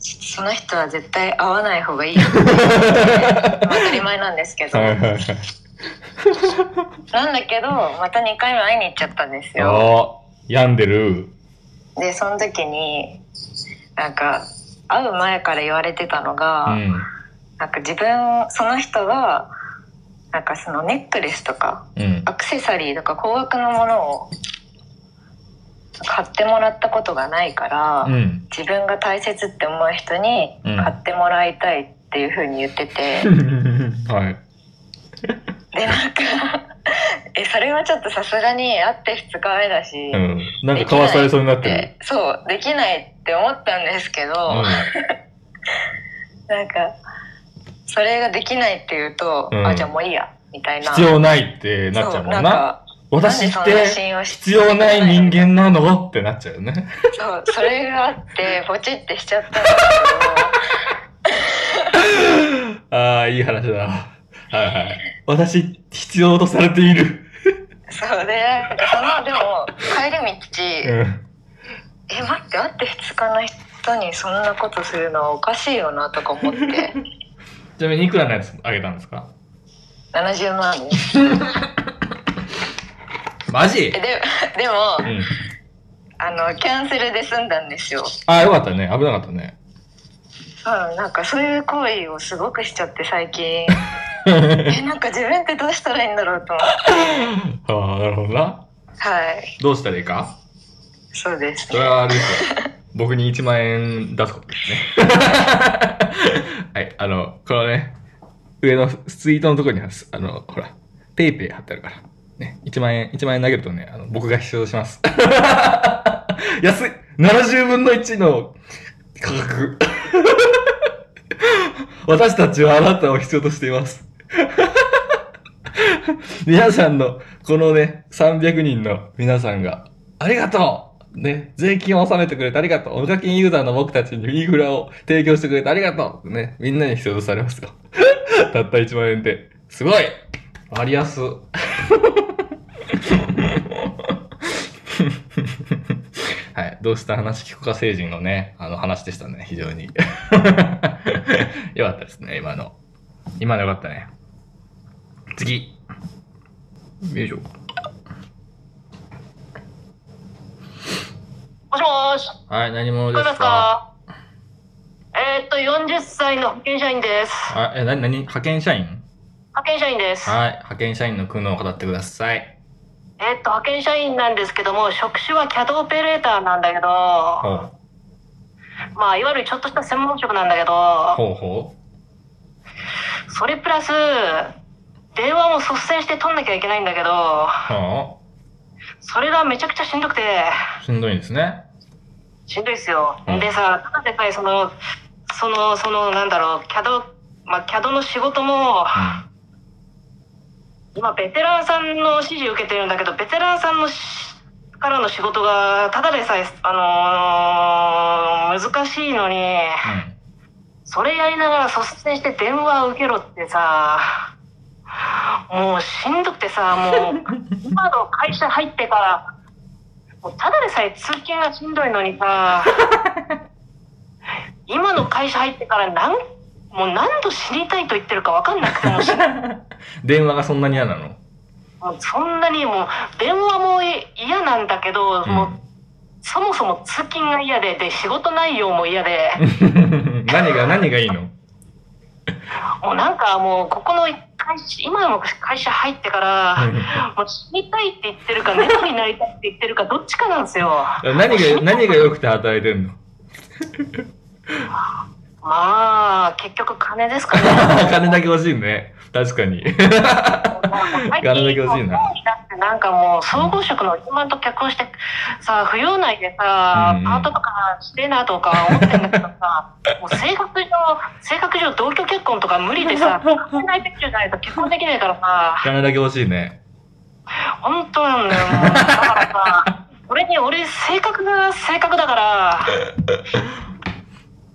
S11: その人は絶対会わない方がいいよって言って まあ当たり前なんですけど、
S1: はいはいはい。
S11: なんだけどまた2回目会いに行っちゃったんですよ
S1: あ病んでる。
S11: でその時になんか会う前から言われてたの
S1: う
S11: が、
S1: ん。
S11: なんか自分その人がなんかそのネックレスとか
S1: うん。
S11: アクセサリーとか高額のものを買ってもらったことがないから、
S1: うん。
S11: 自分が大切って思う人に
S1: うん
S11: 買ってもらいたいっていうふうに言って て、
S1: はい。
S11: でなんかえそれはちょっとさすがに会って2日目だし、
S1: うん。なんかかわされそうになってる。
S11: でそうできないって思ったんですけど、
S1: う
S11: なんかそれができないっていうと、
S1: うん
S11: あじゃあもういいやみたい
S1: ん。
S11: な
S1: 必要ないってなっちゃ
S11: そ
S1: うもん
S11: ん
S1: な。
S11: か
S1: 私っ
S11: なんでそんな
S1: て
S11: 信用し
S1: 必要ない人間なのってなっちゃうよね。
S11: そうそれがあってポチってしちゃったんです
S1: ああ、いい話だ。はいはい。私、必要とされている。
S11: けどそうでなんかそのでも帰り道、
S1: うん。
S11: え待って会って2日の人にそんなことするのはおかしいよなとか思って
S1: ちなみにいくらのやつあげたんですか
S11: 70万円
S1: マジ
S11: えででも
S1: うん。
S11: あのキャンセルで済んだんですよ
S1: ああ、よかったね。危なかったね。
S11: うん、なんかそういう行為をすごくしちゃって最 近えなんか自分ってどうしたらいいんだろうと思って
S1: ああ、なるほどな。
S11: はい
S1: どうしたらいいか
S11: そうです
S1: それはあれですよ。僕に1万円出すことですね。はい、あの、このね、上のツイートのところには、あの、ほら、ペイペイ貼ってあるから。ね、1万円、1万円投げるとね、あの僕が必要とします。 安い !70 分の1の価格。 私たちはあなたを必要としています。 皆さんの、このね、300人の皆さんが、ありがとうね、税金を納めてくれてありがとう無課金ユーザーの僕たちにインフラを提供してくれてありがとうね、みんなに必要とされますよ。 たった1万円で。すごい割 安。はい。どうした話聞くか成人のね、あの話でしたね、非常に。 よかったですね、今の。今のよかったね。次。よいしょ。
S12: もしもーし、
S1: はい、何者
S12: 聞こ
S1: で
S12: えますす
S1: か
S12: かえーっと、40歳の派遣社員です。
S1: あ、え、何、何派遣社員
S12: 派遣社員です。
S1: はい、派遣社員の苦悩を語ってください。
S12: えーっと、派遣社員なんですけども、職種はキャドオペレーターなんだけど、
S1: ほう、
S12: まあ、いわゆるちょっとした専門職なんだけど、
S1: ほうほ
S12: それプラス、電話も率先して取んなきゃいけないんだけど、
S1: う、ほ
S12: それがめちゃくちゃしんどくて、
S1: う、しんどいですね。
S12: しんどいっすよ。
S1: うん
S12: でさ、ただでかいその、その、その、なんだろう、キャド、まあ、キャドの仕事も、
S1: う
S12: 今ベテランさんの指示受けてるんだけどベテランさんのしからの仕事がただでさえ、あのー難しいのに
S1: ん、
S12: それやりながら率先して電話を受けろってさもうしんどくてさもう今の会社入ってからもうただでさえ通勤がしんどいのにさ今の会社入ってから何もう何度死にたいと言ってるか分かんなくてもう死
S1: うん。電話がそんなに嫌なの
S12: もうそんなにもう電話も嫌なんだけど、もうそもそも通勤が嫌でで仕事内容も嫌で
S1: うん。何が、何がいいの
S12: もうなんかもうここの会社今の会社入ってから、もう死にたいって言ってるか猫になりたいって言ってるかどっちかなん ですよま
S1: 何が、何が良くて働いてんの
S12: あ結局金ですか ね
S1: 金だけ欲しいね。確かに。
S12: 最
S1: 金だけ
S12: 近
S1: 欲しいな
S12: もうになってなんかもう総合職の自慢と結婚してさ扶養内でさ、
S1: うんうん
S12: パートとかしてえなとか思ってんだけどさ もう性格上性格上同居結婚とか無理でさ結婚ないじゃないと結婚できないからさ
S1: 金だけ欲しいね。
S12: 本当なんだよもうだからさ 俺に俺性格が性格だから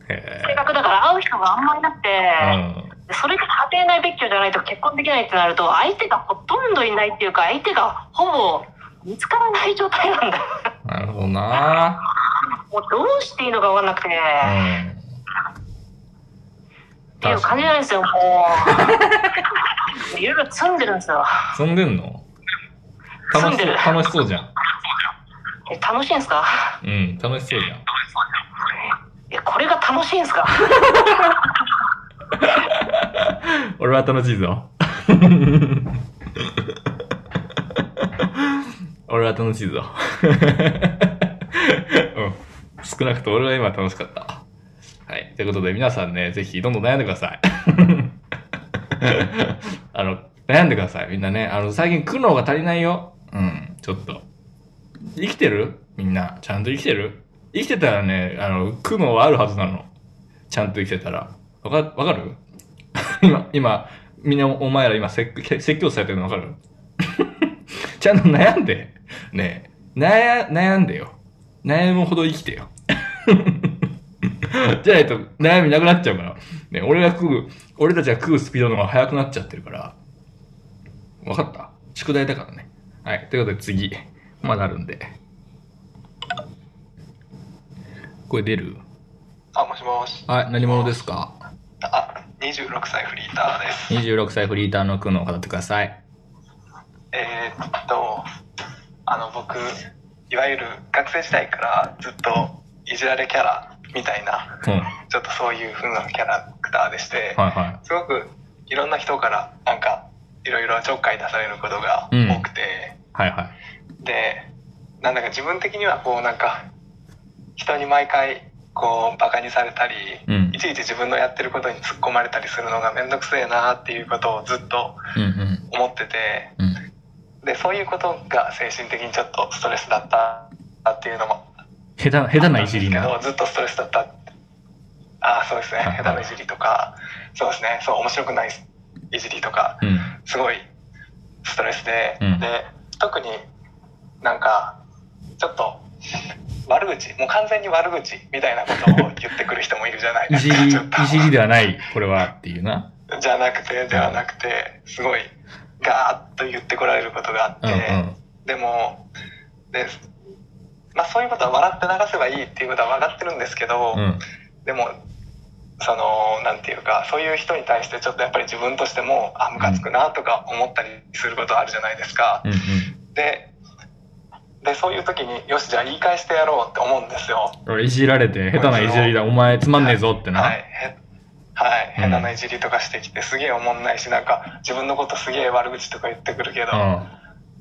S1: へ
S12: 性格だから会う人があんまりなくて、
S1: え。うん。
S12: でそれが家庭内別居じゃないと結婚できないってなると相手がほとんどいないっていうか相手がほぼ見つからない状態なんだよ
S1: なるほどな
S12: もうどうしていいのか分かんなくて、
S1: う
S12: っ
S1: ん。
S12: ていう
S1: 確か
S12: 感
S1: に
S12: じなんですよも ういろいろ詰んでるんですよ
S1: 住んでんの楽
S12: 住
S1: し
S12: んで
S1: そう、
S12: る
S1: 楽しそうじゃん。
S12: え楽しいんですか
S1: うん、楽しそうじゃん。
S12: えこれが楽しいんですか
S1: 俺は楽しいぞ。俺は楽しいぞ。うん。少なくとも俺は今楽しかった。はい。ということで皆さんね、ぜひどんどん悩んでください。 あの、悩んでください。みんなね。あの、最近苦悩が足りないよ。うん、ちょっと。生きてるみんな。ちゃんと生きてる生きてたらね、あの、苦悩はあるはずなの。ちゃんと生きてたら。わか、わかる 今、今、みんなお前ら今説説教されてるのわかる ちゃんと悩んで。ねえ、悩、悩んでよ。悩むほど生きてよ。 じゃないと悩みなくなっちゃうから。ねえ俺が食う、俺たちが食うスピードの方が速くなっちゃってるから。わかった宿題だからね。はい。ということで次。まだあるんで。これ出る
S7: あ、もしもし。
S1: はい、何者ですか
S7: あ、26歳フリーターです。
S1: ?26 歳フリーターの苦悩を語ってください。
S7: えーっと、あの、僕、いわゆる学生時代からずっといじられキャラみたいな、
S1: うん。はい
S7: ちょっとそういう風なキャラクターでして、
S1: はい。
S7: すごくいろんな人からなんか、いろいろちょっかい出されることが多くて、
S1: はいはい。
S7: で、なんだか自分的にはこうなんか、人に毎回こうバカにされたり、
S1: うん
S7: い。ちいち自分のやってることに突っ込まれたりするのがめんどくせえなっていうことをずっと
S1: うんうん。
S7: 思ってて
S1: うん。
S7: でそういうことが精神的にちょっとストレスだったっていうのも
S1: 下手、下手ないじり
S7: あった
S1: な。
S7: んですけどずっとストレスだったああそうですね
S1: はいはい
S7: 下手ないじりとかそうですねそう面白くないいじりとか
S1: うん。
S7: すごいストレスで、
S1: うん
S7: で特になんかちょっと悪口もう完全に悪口みたいなことを言ってくる人もいるじゃない
S1: い
S7: です
S1: じ
S7: か
S1: り、い
S7: ちょっと
S1: じりではない、これはっていうな。
S7: じゃなくてではなくてすごいガーッと言ってこられることがあって、
S1: うんうん。
S7: でもで、まあ、そういうことは笑って流せばいいっていうことは分かってるんですけど、
S1: うん。
S7: でもそのなんていうかそういう人に対してちょっとやっぱり自分としてもあムカつくなとか思ったりすることあるじゃないですか。
S1: うん
S7: ででそういう時によしじゃあ言い返してやろうって思うんですよ
S1: 俺いじられて、下手ないじりだ、お前つまんねえぞってな。
S7: はいへはい、
S1: うん
S7: 下手ないじりとかしてきてすげえおもんないしなんか自分のことすげえ悪口とか言ってくるけど、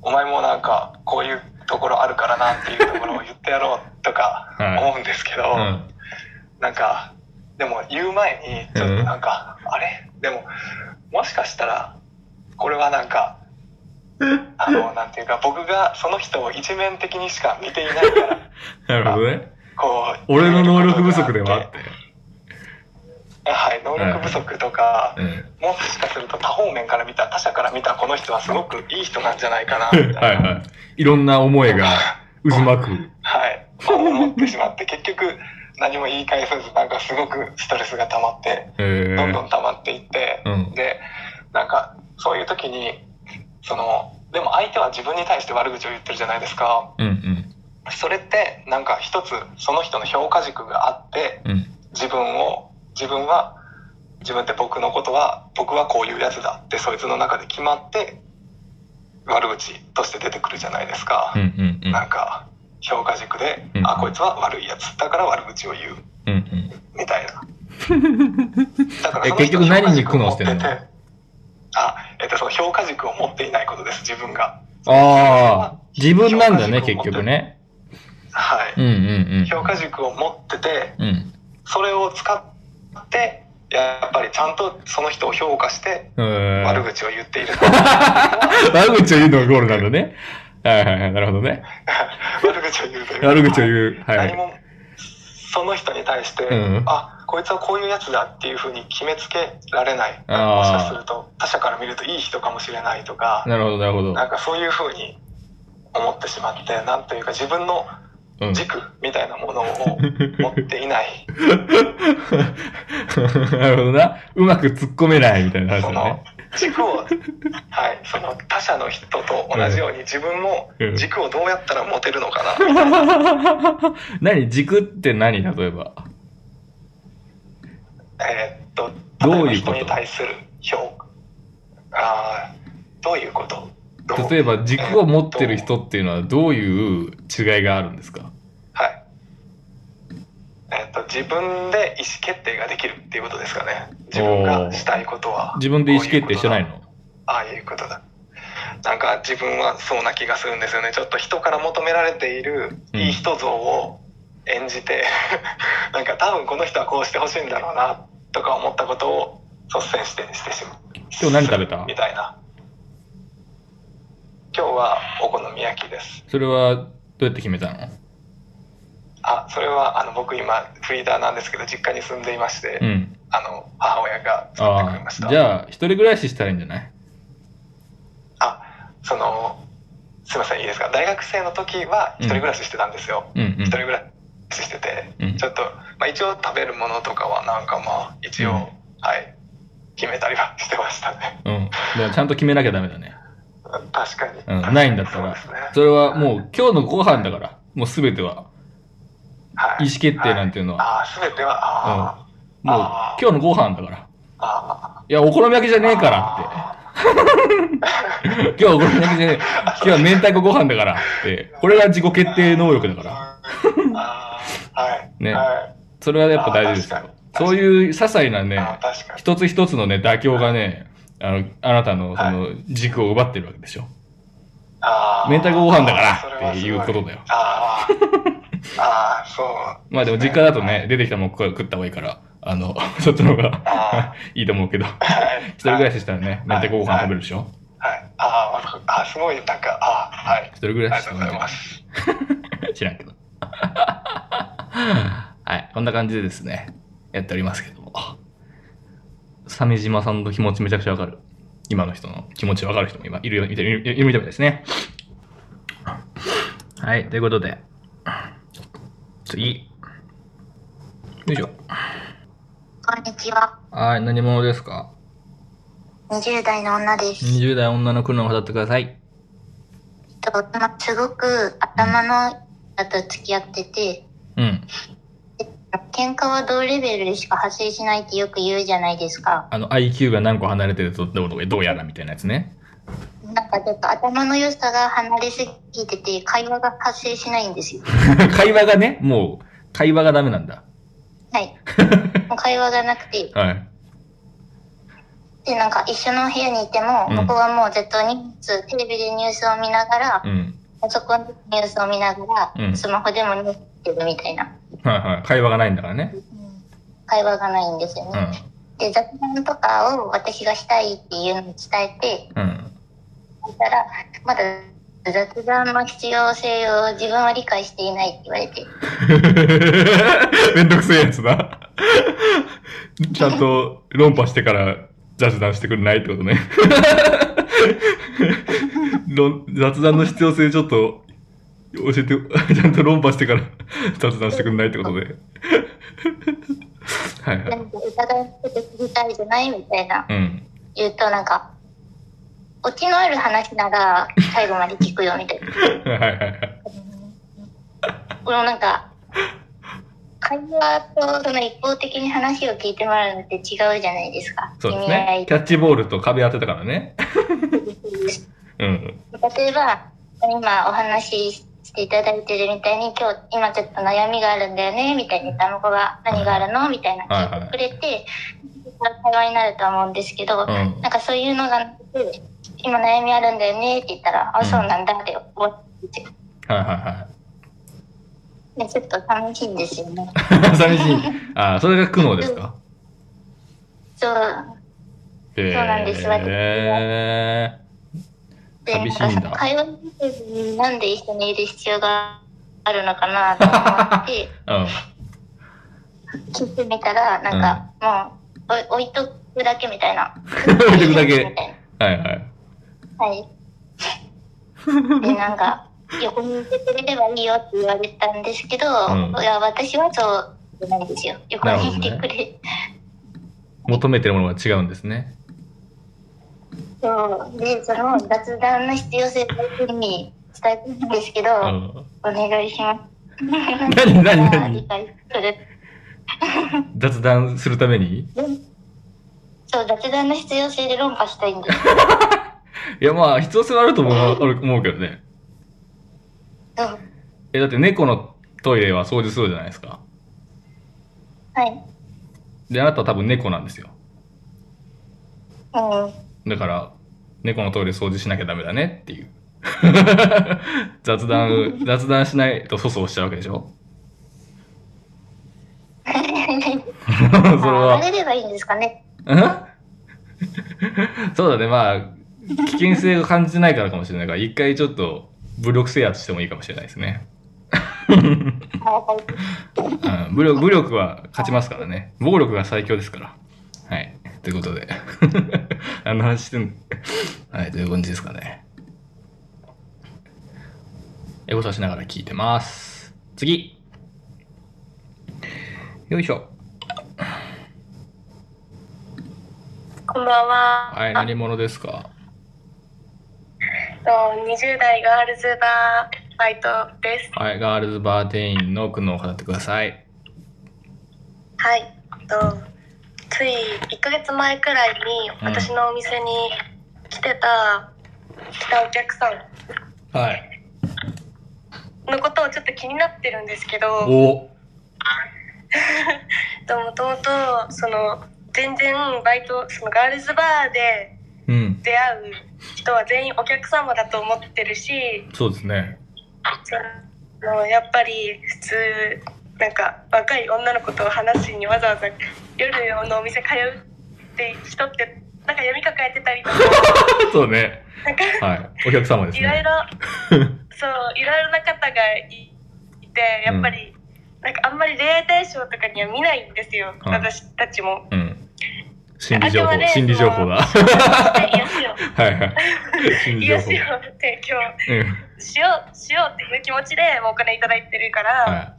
S7: お前もなんかこういうところあるからなっていうところを言ってやろうとか
S1: うん。はい。
S7: 思うんですけど、
S1: うん。
S7: なんかでも言う前にちょっとなんか、あれでももしかしたらこれはなん かあのなんていうか僕がその人を一面的にしか見ていないから
S1: なるほどね。
S7: こう
S1: 俺の能力不足ではあって。
S7: はい能力不足とか、
S1: うん。
S7: もしかすると他方面から見た他者から見たこの人はすごくいい人なんじゃないかなみたいな
S1: はいはい。いろんな思いが渦巻く。
S7: はい、思ってしまって結局何も言い返せずなんかすごくストレスが溜まって
S1: え
S7: どんど
S1: ー
S7: ん溜まっていって、
S1: うん
S7: でなんかそういう時にそのでも相手は自分に対して悪口を言ってるじゃないですか
S1: うんうん。
S7: それってなんか一つその人の評価軸があって
S1: うん。
S7: 自分を自分は自分って僕のことは僕はこういうやつだってそいつの中で決まって悪口として出てくるじゃないですか、
S1: うんうんうん。
S7: なんか評価軸で、
S1: うん
S7: あこいつは悪いやつだから悪口を言う
S1: うんうん。
S7: みたいな。だから
S1: え
S7: その人
S1: 結局何に苦悩してん
S7: 評価軸を持っ
S1: の
S7: ててあ、えっと、その評価軸を持っていないことです、自分が。
S1: ああ、自分なんだね、結局ね。
S7: はい。
S1: うんうん
S7: 評価軸を持ってて、
S1: うん。うん。
S7: それを使って、やっぱりちゃんとその人を評価して、
S1: うん
S7: 悪口を言っている。
S1: 悪口を言うのがゴールなんだね。はいはいはい、なるほどね。
S7: 悪口を言うというか
S1: 悪口を言う。は
S7: 何
S1: い。
S7: も、その人に対して、
S1: うん
S7: あ、こいつはこういうやつだっていうふうに決めつけられない。もし
S1: あー
S7: かすると、他者から見るといい人かもしれないとか、
S1: なるほど、なるほど。
S7: なんかそういうふうに思ってしまって、なんというか自分の
S1: うん。
S7: 軸みたいなものを持っていない、
S1: なるほど な。うまく突っ込めないみたいな話
S7: そ
S1: だね
S7: の。軸 を、はい、その他者の人と同じように自分も
S1: うん
S7: 軸をどうやったら持てるのかな。
S1: 何軸って何例えば。
S7: えーっと、
S1: どう
S7: 例
S1: い
S7: え
S1: うこと
S7: ば人に対する評価。あーどういうことどう
S1: 例えば軸を持ってる人っていうのはどういう違いがあるんですか
S7: はい。えっと、自分で意思決定ができるっていうことですかね。自分がしたいことは。
S1: 自分で意思決定してない
S7: こううことだ
S1: の
S7: ああいうことだ。なんか自分はそうな気がするんですよね。ちょっと人から求められている
S1: うん
S7: いい人像を演じて、なんか多分この人はこうしてほしいんだろうなとか思ったことを率先してしてしまう。
S1: 今日何食べた
S7: みたいな。今日はお好み焼きです。
S1: それはどうやって決めたの
S7: あそれはあの僕今フリーダーなんですけど実家に住んでいまして、
S1: うん。
S7: あの母親が作ってく
S1: あ
S7: れまし
S1: あ。
S7: た
S1: じゃあ、一人暮らししたらいいんじゃない
S7: あそのすいませんいいですか大学生の時は
S1: うん
S7: 一人暮らししてたんですよ、
S1: うん
S7: 一人暮らししてて、
S1: うん
S7: ちょっと、まあ、一応食べるものとかはなんかまあ一応、
S1: うん
S7: はい決めたりはしてましたね
S1: うん。うん。だからちゃんと決めなきゃダメだね。
S7: 確かに、
S1: うん。ないんだったら
S7: そうですね。
S1: それはもう今日のご飯だから。もうすべては。
S7: はい
S1: 意思決定なんていうの
S7: あ
S1: は
S7: あ全てはあー、
S1: もう
S7: あー
S1: 今日のご飯だから。
S7: あ
S1: いや、お好み焼きじゃねえからって。今日はお好み焼きじゃねえ。今日は明太子ご飯だからって。これが自己決定能力だから。
S7: ーあーはい
S1: ね
S7: はい
S1: それはやっぱ大事です
S7: あ
S1: よ
S7: 確。かに
S1: そういう些細なね、
S7: あー確かに
S1: 一つ一つのね、妥協がね、あの、あなたのそ
S7: はい
S1: の軸を奪ってるわけでしょ。
S7: あー
S1: 明太子ご飯だから
S7: それはすご
S1: っていうことだよ
S7: あーあーそう
S1: まあでも実家だとね、出てきたもん食食った方がいいから、あの、 そっちの方が
S7: あ
S1: いいと思うけど、
S7: はい
S1: 一人暮らししたらね、明
S7: はい
S1: 太子ご飯食べるでしょ。
S7: はいあーわかるあーすごいなんかあーはい
S1: 一人暮
S7: あり
S1: ら
S7: が
S1: しし
S7: と
S1: た
S7: う
S1: ら
S7: ご
S1: ね
S7: ざいます
S1: 知らんけど。はい、こんな感じでですね、やっておりますけども。鮫島さんの気持ちめちゃくちゃわかる。今の人の気持ちわかる人も今いるよ、いる、いる、いるいるみたいですね。はい、ということで、次。よいしょ。
S4: こんにちは。
S1: はい、何者ですか
S4: 20代の女です。
S1: ?20 代女の苦悩を語ってください。
S4: とまあすごく頭のいい人と付き合ってて、
S1: うん。
S4: 喧嘩は同レベルでしか発生しないってよく言うじゃないですか。
S1: あの、IQ が何個離れてるとどうどうどうやらみたいなやつね。
S4: うん。
S13: なんかちょっと頭の良さが離れすぎてて、会話が発生しないんですよ。
S1: 会話がね、もう、会話がダメなんだ。
S13: はい。もう会話がなくて、
S1: はい。
S13: で、なんか一緒の部屋にいても、
S1: うん
S13: 僕はもうずっとニュース、テレビでニュースを見ながら、
S1: うん。
S13: パソコンでニュースを見ながら、
S1: うん
S13: スマホでもニュース見てるみたいな
S1: はいはい。会話がないんだからね。
S13: 会話がないんですよ
S1: う
S13: ね。
S1: ん。
S13: で、雑談とかを私がしたいっていうのを伝えて、
S1: うん。
S13: そしたら、まだ雑談の必要性を自分は理解していないって言われて、
S1: めんどくせえやつだ。ちゃんと論破してから雑談してくれないってことね。論雑談の必要性ちょっと教えて、ちゃんと論破してから雑談してくれないってことで。はいはい。
S13: なんか疑ってて聞きたいじゃないみたいな
S1: うん。
S13: 言うと、なんか、オチのある話なら最後まで聞くよみたいな。
S1: はいはいはい。
S13: このなんか、会話とその一方的に話を聞いてもらうのって違うじゃないですか。
S1: そうです
S13: 意味合い
S1: ね。キャッチボールと壁当てたからね。 うん。
S13: 例えば、今お話ししていただいてるみたいに、今日、今ちょっと悩みがあるんだよね、みたいに、あの子が何があるのみたいな聞いてくれて、会話になると思うんですけど、
S1: うん
S13: なんかそういうのがなくて、今悩みあるんだよねって言ったら、
S1: う
S13: あ、
S1: ん
S13: そうなんだって終わって、
S1: はいはいはい。
S13: ねちょっと寂しいんですよね。
S1: 寂しい。ああ、それが 苦悩ですか。
S13: そう。
S1: そう
S13: なんです私
S1: え
S13: で、
S1: 寂しいんだ
S13: なんか会話になんで一緒にいる必要があるのかなと 思って、
S1: ー、うん。
S13: 聞いてみたら、なんか、もう、お置いとくだけみたいな。
S1: 置いとくだけ
S13: みたい
S1: はいはい。
S13: なはい。で、なんか、横にいてくれればいいよって言われたんですけど、
S1: うん
S13: いや、私はそうじゃないんですよ。横にいてくれ、
S1: 求めてるものが違うんですね。
S13: そう。で、その雑談の必要性を相手に伝えてるんですけど、
S1: うん。
S13: お願いします。
S1: 何何
S13: まあ理
S1: 何
S13: 解する。
S1: 雑談するために
S13: そう、雑談の必要性で論破したいんです。
S1: いやまあ、必要性はあると 思うある思うけどね。
S13: そう。
S1: え、だって猫のトイレは掃除するじゃないですか。
S13: はい。
S1: で、あなたは多分猫なんですよ。
S13: うん。
S1: だから、猫のトイレ掃除しなきゃダメだね っていう。雑談、雑談しないと粗相しちゃうわけでしょ それは
S13: あ。れればいいんですかね。
S1: うん そうだね、まあ、危険性を感じないからかもしれないから、一回ちょっと武力制圧してもいいかもしれないですね。うん、武力武力は勝ちますからね。暴力が最強ですから。はい。ということで。 あの話してんはい、という感じですかね。エゴサしながら聞いてます。次よいしょ。
S14: こんばんは。
S1: はい、何者ですか
S14: えっと20代ガールズバーバイトです。
S1: はい、ガールズバー店員の苦悩を語ってください。
S14: はい。えっとつい1ヶ月前くらいに
S1: うん
S14: 私のお店に来てた、来たお客さん
S1: はい。
S14: のことをちょっと気になってるんですけど、
S1: お
S14: もともとその全然バイトそのガールズバーで
S1: うん。
S14: 出会う人は全員お客様だと思ってるし
S1: そうですね。
S14: そのやっぱり普通なんか若い女の子と話しにわざわざ夜のお店通うって人ってなんか闇抱えてたりとか
S1: そうね。
S14: なんか
S1: はい。お客様です
S14: いろい
S1: ね。
S14: ろそういろいろな方がいいてやっぱり、なんかあんまり恋愛対象とかには見ないんですよ、
S1: うん
S14: 私たちも。
S1: うん。心理情
S14: あくま
S1: 報、
S14: で
S1: 心理情報だ。は
S14: で癒しを
S1: いはい。心理情
S14: 癒
S1: 報
S14: し。を提供
S1: うん。
S14: しようしようっていう気持ちでもうお金いただいてるから、
S1: は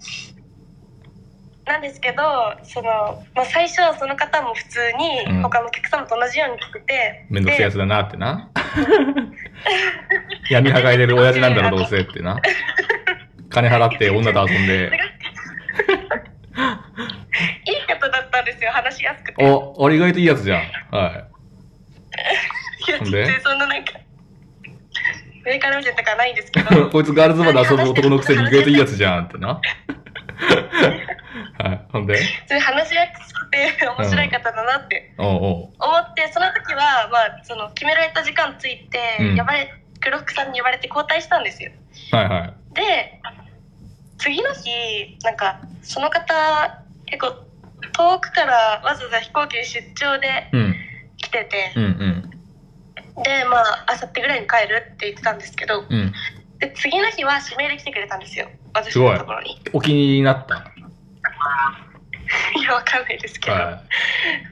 S14: なんですけどその、まあ、最初はその方も普通
S1: うん
S14: に他のお客様と同じように来てて、
S1: い。めんどくせえやつだなってな。闇抱えてる親父なんだろ、どうせってな。金払って女と遊んで。
S14: いい方だったんですよ話しやすくて。
S1: お、俺意外といいやつじゃん。はい。
S14: いや
S1: ほん
S14: 全
S1: で
S14: 然そんななんか上から見てたからないんですけど
S1: こいつガールズバーで遊ぶ男のくせに意外といいやつじゃんってな。 はい。ほんで
S14: それ話しやすくて面白い方だなって
S1: おうおう。
S14: 思って、その時は、まあ、その決められた時間ついて、
S1: うん
S14: 呼ばれクロックさんに呼ばれて交代したんですよ
S1: はいはい。
S14: で次の日なんかその方結構遠くからわざわざ飛行機で出張で
S1: うん。
S14: 来てて
S1: う、ん
S14: でまああさってぐらいに帰るって言ってたんですけど
S1: うん。うん。
S14: で次の日は指名で来てくれたんですよ 私
S1: すごい
S14: のところに
S1: お気になった。
S14: いやわかんないですけど、
S1: は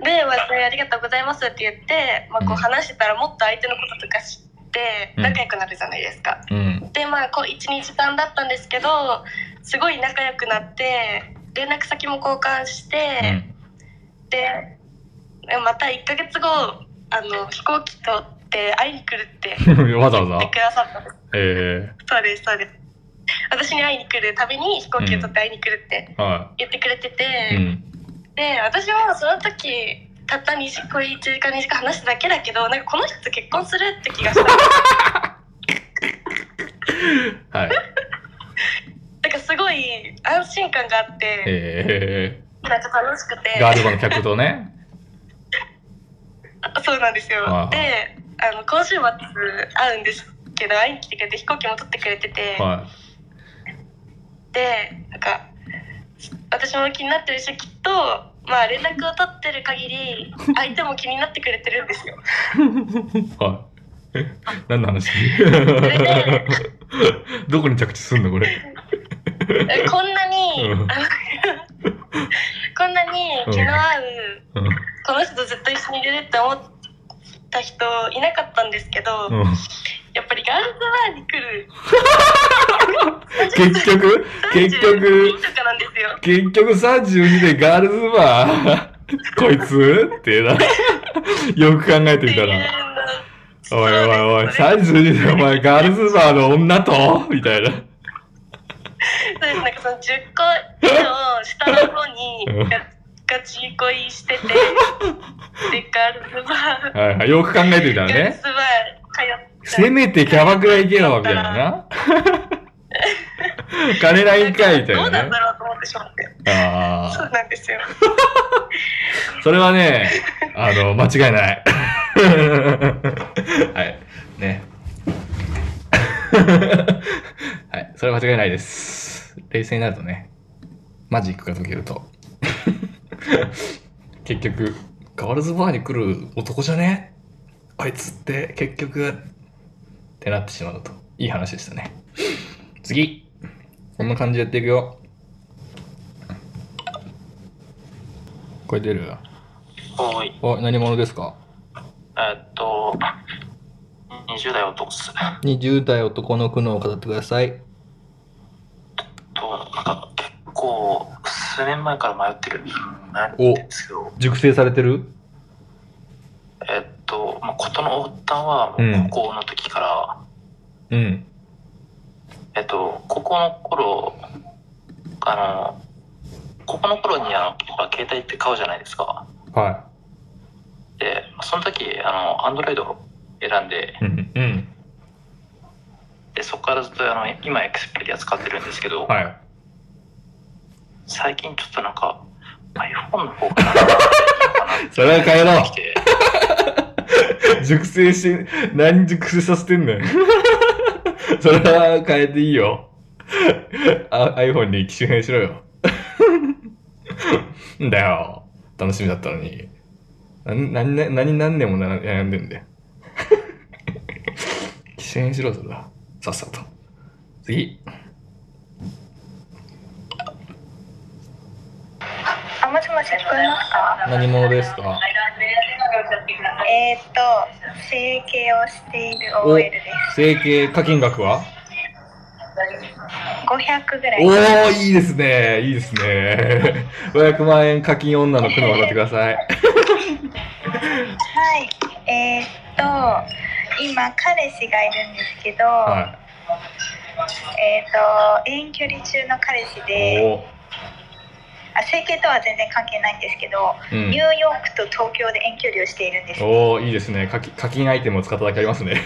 S14: で、まあ、それありがとうございますって言って、まあ、こ
S1: うん
S14: う話してたらもっと相手のこととか知って
S1: うん
S14: 仲良くなるじゃないですか、
S1: い。うん。
S14: でまあこう12時間だったんですけどすごい仲良くなって連絡先も交換して、でまた1ヶ月後あの飛行機取って会いに来るって言
S1: うん。 わざわ
S14: って
S1: ざ
S14: く。ださったんです
S1: え
S14: そうですそうです私に会いに来るたびに飛行機を取って会いに来るって
S1: え は
S14: 言ってくれて
S1: い。
S14: て、
S1: うん。
S14: で私はその時たった2時これ1時間2時間話しただけだけどなんかこの人と結婚するって気がした
S1: はい。
S14: なんかすごい安心感があって
S1: え
S14: なんか楽しくて
S1: えガールバーの客とね。
S14: そうなんですよ
S1: はいはい。
S14: で、あの今週末会うんですけど、会いに来てくれて飛行機も取ってくれてて、
S1: は
S14: で、なんか私も気になってるし、きっとまあ連絡を取ってる限り、相手も気になってくれてるん ですよ。
S1: い。はい。 何の話どこに着地すんのこれ。
S14: えこんなに、
S1: うん
S14: あの こんなに気の合う、
S1: うん。
S14: この人とずっと一緒にいれるって思った人いなかったんですけど、
S1: うん
S14: やっぱりガールズバーに来る
S1: 結局結
S14: 32
S1: 局
S14: とかなんですよ。
S1: 結局32でガールズバー こいつってな。 よく考えてみた
S14: っ
S1: ら。
S14: ていうの
S1: おいおいおい、
S14: そう
S1: 32でお前ガールズバーの女とみたいな。
S14: ですなんかその10個以上下の方に
S1: うん
S14: ガガチ恋してて、で、ガールズバー、
S1: はいはい、よく考えてみたら
S14: ガール
S1: ね
S14: ズ。バー通って
S1: せめてキャバクラ行けろみたいなな。 金ないんかいみたい
S14: どうな
S1: なんね
S14: だ。ろうと思ってしまって。
S1: あ
S14: そう
S1: あ、
S14: なんですよ。
S1: それはね、あの、間違 いない。はい、ね。 はい、それは間違いないです。冷静になるとね、マジックが解けると。 結局、ガールズバーに来る男じゃねあいつって結局、ってなってしまうと。いい話でしたね。次こんな感じでやっていくよ。これ出る
S7: おーい。
S1: お、何者ですか
S7: えーっと、20代男っす。
S1: 20代男の苦悩を語ってください。
S7: と、なんか結構、数年前から迷ってる。悩んでるんですけど、
S1: 熟成されてる
S7: えーっと、まあ、ことの発端は
S1: うん、
S7: 高校の時から、
S1: うん。
S7: えーっと、高校の頃、あの、高校の頃にあの、やっぱ携帯って買うじゃないですか。
S1: は
S7: で、その時、あの、アンドロイド選んで、
S1: い。うん。うん。
S7: で、そこからずっと、あの、今、エクスペリア使ってるんですけど、
S1: はい。
S7: 最近ちょっとなんか、iPhone の方から
S1: それは変え
S7: 来
S1: ろ
S7: て、
S1: 熟成し、何熟成させてん ねん。それは変えていいよ。あ iPhone に機種変しろよ。んだよ。楽しみだったのに。何、何年、何何年もな悩んでんだよ。機種変しろ、それは。さっさと。次。
S14: あ、もしもし聞こえますか
S1: 何者ですか
S14: えっと、整形をしている
S1: お整形課金額は
S14: 500ぐら
S1: おおいいですねいいですね500万円課金女の苦悩を語ってください
S14: はい、えー、っと、今彼氏がいるんですけど、
S1: は
S14: えー、っと、遠距離中の彼氏
S1: い
S14: で、
S1: おお
S14: あ整形とは全然関係ないんですけど、
S1: うん
S14: ニューヨークと東京で遠距離をしているんです。
S1: おおいいですね課金課金アイテムを使っただけありますねは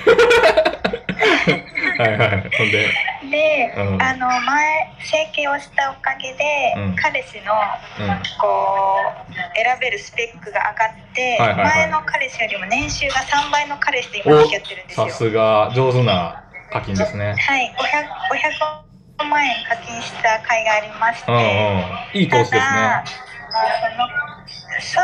S1: いはい。ほんで。
S15: で、
S1: うん
S15: あの前整形をしたおかげで、
S1: うん
S15: 彼氏の
S1: うん。
S15: こう選べるスペックが上がって、
S1: はいはいはい
S15: 前の彼氏よりも年収が3倍の彼氏と今
S1: お
S15: 付き合ってるんですよ
S1: さすが、上手な課金ですね。
S15: はい500 500万円課金した甲斐がありまして、
S1: うんうん。いい投資ですね。
S15: ただその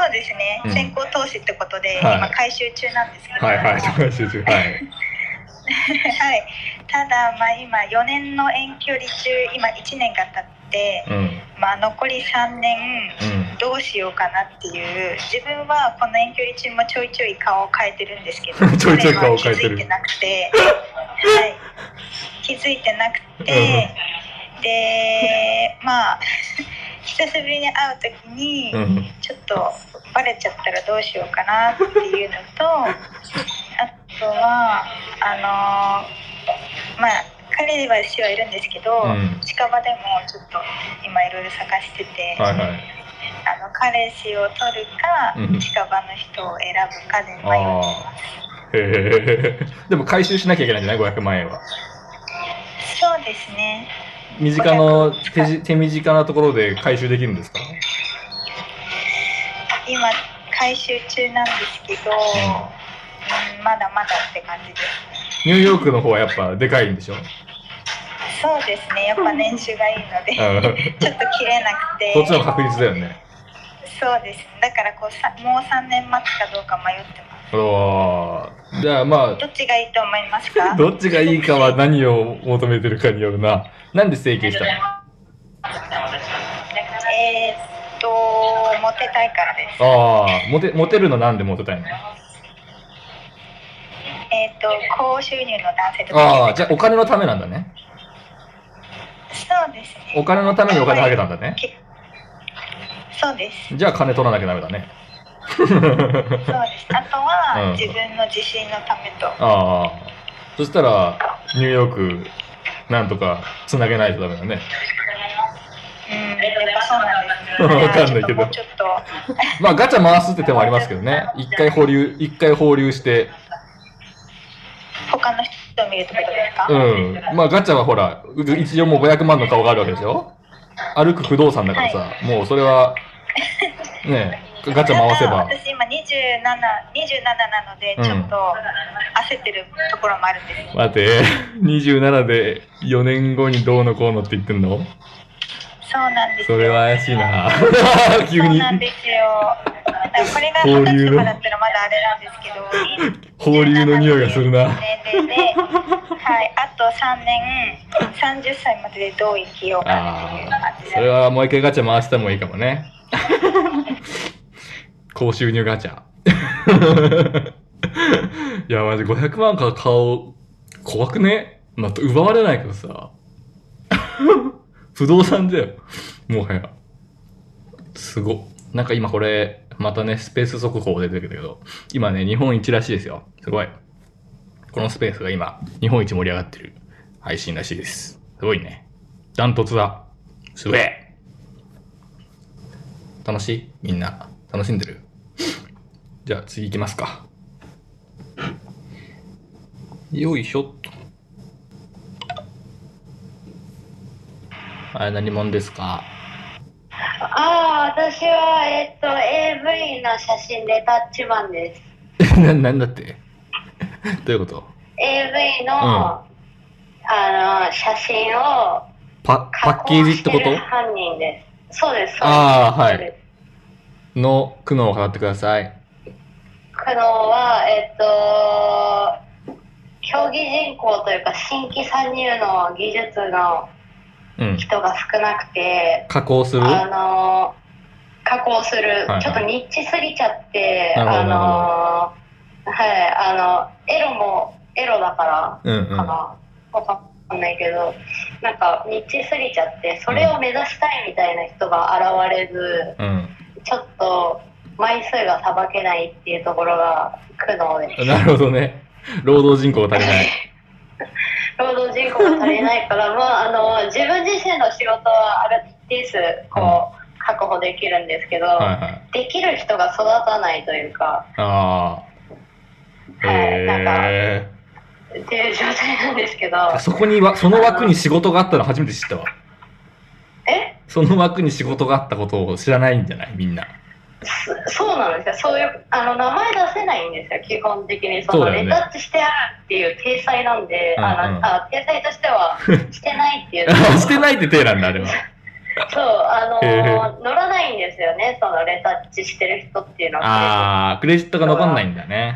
S15: そうですね、
S1: うん
S15: 先行投資ってことで、
S1: はい
S15: 今回収中なんですけど、
S1: はいはい。そこは集中。はい。
S15: はい、ただ、まあ、今4年の遠距離中今1年が経って、
S1: うん。うん。
S15: まあ、残り3年どうしようかなっていう自分はこの遠距離中もちょいちょい顔を変えてるんですけど
S1: ちょいちょい顔を変えてる
S15: 彼は気づいてなくて、はい、気づいてなくて、でまあ久しぶりに会う時に
S1: うん。
S15: ちょっとバレちゃったらどうしようかなっていうの とあとはあのーまあ彼は氏はいるんですけど、
S1: うん
S15: 近場でもちょっと今いろいろ探してて、
S1: はいはい。
S15: あの彼氏を取るか、
S1: うん
S15: 近場の人を選ぶかで迷い
S1: ああ。へえ。でも回収しなきゃいけないんじゃない ?500 万円は。
S15: そうですね
S1: 身近の、手じ手短なところで回収できるんですか
S15: 今回収中なんですけど、うんまだまだって感じです
S1: ニューヨークの方はやっぱでかいんでしょ
S15: そうですねやっぱ年収がいいので
S1: うん
S15: ちょっと切れなくて
S1: そっちの方が確実だよね。
S15: そうですだからこうさもう3年待つかどうか迷ってま
S1: おーじゃあます
S15: どっちがいいと思いますか
S1: あ、 どっちがいいかは何を求めてるかによるな。なんで整形したの
S15: えーっとモテたいからです
S1: ああ、モテ、モテるのなんでモテたいの
S15: えーっと高収入の男性と
S1: あ
S15: か
S1: あ、じゃあお金のためなんだね。
S15: そうですね
S1: お金のためにお金あげたんだね。
S15: けそうです
S1: じゃあ金取らなきゃダメだね。
S15: そうですあと
S1: うん
S15: は自分の自信のためと
S1: ああ、そしたらニューヨークなんとかつなげないとダメだね。
S15: うんやっぱそうなんです
S1: わかんないけど
S15: じゃあちょっともうちょっと
S1: まあガチャ回すって手もありますけどね。一回放流、一回放流して、
S15: 他の人を見るってことですか、
S1: うん。まあガチャはほら、う一応もう500万の顔があるわけでしょ歩く不動産だからさ、もうそれは、ねえ、ガチャ回せば
S15: ただ。私今2727なので
S1: うん
S15: ちょっと焦ってるところもあるんです、
S1: 待て、27で4年後にどうのこうのって言ってんの
S15: そうなんです
S1: それは怪しいな 急
S15: そう
S1: に
S15: なんです よだからこれが二十歳とかだったらまだあれなんですけど
S1: 放流の匂いがするな。
S15: 年齢で、はい、あと3年30歳まででどう生きようかなっていう感じで
S1: それはもう一回ガチャ回したもいいかもね。高収入ガチャ。いや、マジ500万か顔、怖くねまた奪われないけどさ。 不動産だよ。もはや。すごっ。なんか今これ、またね、スペース速報出てるけど、今ね、日本一らしいですよ。すごい。このスペースが今、日本一盛り上がってる配信らしいです。すごいね。ダントツだ。すげえ。楽しいみんな。楽しんでるじゃあ次行きますか。よいしょっと。あれ何者ですか
S16: ああ、私は、えっと、AV の写真でタッチマンです。
S1: え な、なんだってどういうこと
S16: AV の、
S1: うん
S16: あの、写真を
S1: パ
S16: 加
S1: パッケー
S16: 工
S1: ジっ
S16: してて
S1: こと
S16: る犯人です。そうです。
S1: あー
S16: そうです。
S1: の苦悩を払ってください。
S16: 苦悩は、えっと、競技人口というか、新規参入の技術の
S1: うん。
S16: 人が少なくて、
S1: 加工する
S16: あの加工する、
S1: はいはい
S16: ちょっとニッチすぎちゃって
S1: なるほど
S16: あのはいあのエロもエロだから
S1: うんうん。
S16: かな、わかんないけどなんかニッチすぎちゃってそれを目指したいみたいな人が現れず、
S1: うん。
S16: ちょっと枚数がさばけないっていうところが苦悩です
S1: なるほどね。労働人口が足りない。
S16: 労働人口が足りないから、 まあ、あの自分自身の仕事はある定数こう確保できるんですけど、
S1: はいはい。
S16: できる人が育たないというか、
S1: ああ。
S16: はいなんか
S1: へえ。
S16: っていう状態なんですけど、
S1: そこにわ、その枠に仕事があったの初めて知ったわ。
S16: え
S1: その枠に仕事があったことを知らないんじゃないみんな。
S16: そそうなんですよ、そういうあの名前出せないんですよ、基本的に、そ
S1: そう
S16: の
S1: だよ
S16: レ
S1: ね
S16: タッチしてあるっていう体裁なんで、あ
S1: うん
S16: の
S1: うん
S16: あ体裁としては してないっていうのは
S1: してないって体なんだ、あれは。
S16: そう、あの
S1: へ
S16: ー乗らないんですよね、そのレタッチしてる人っていうのは。
S1: あー、クレジットが残んないんだね。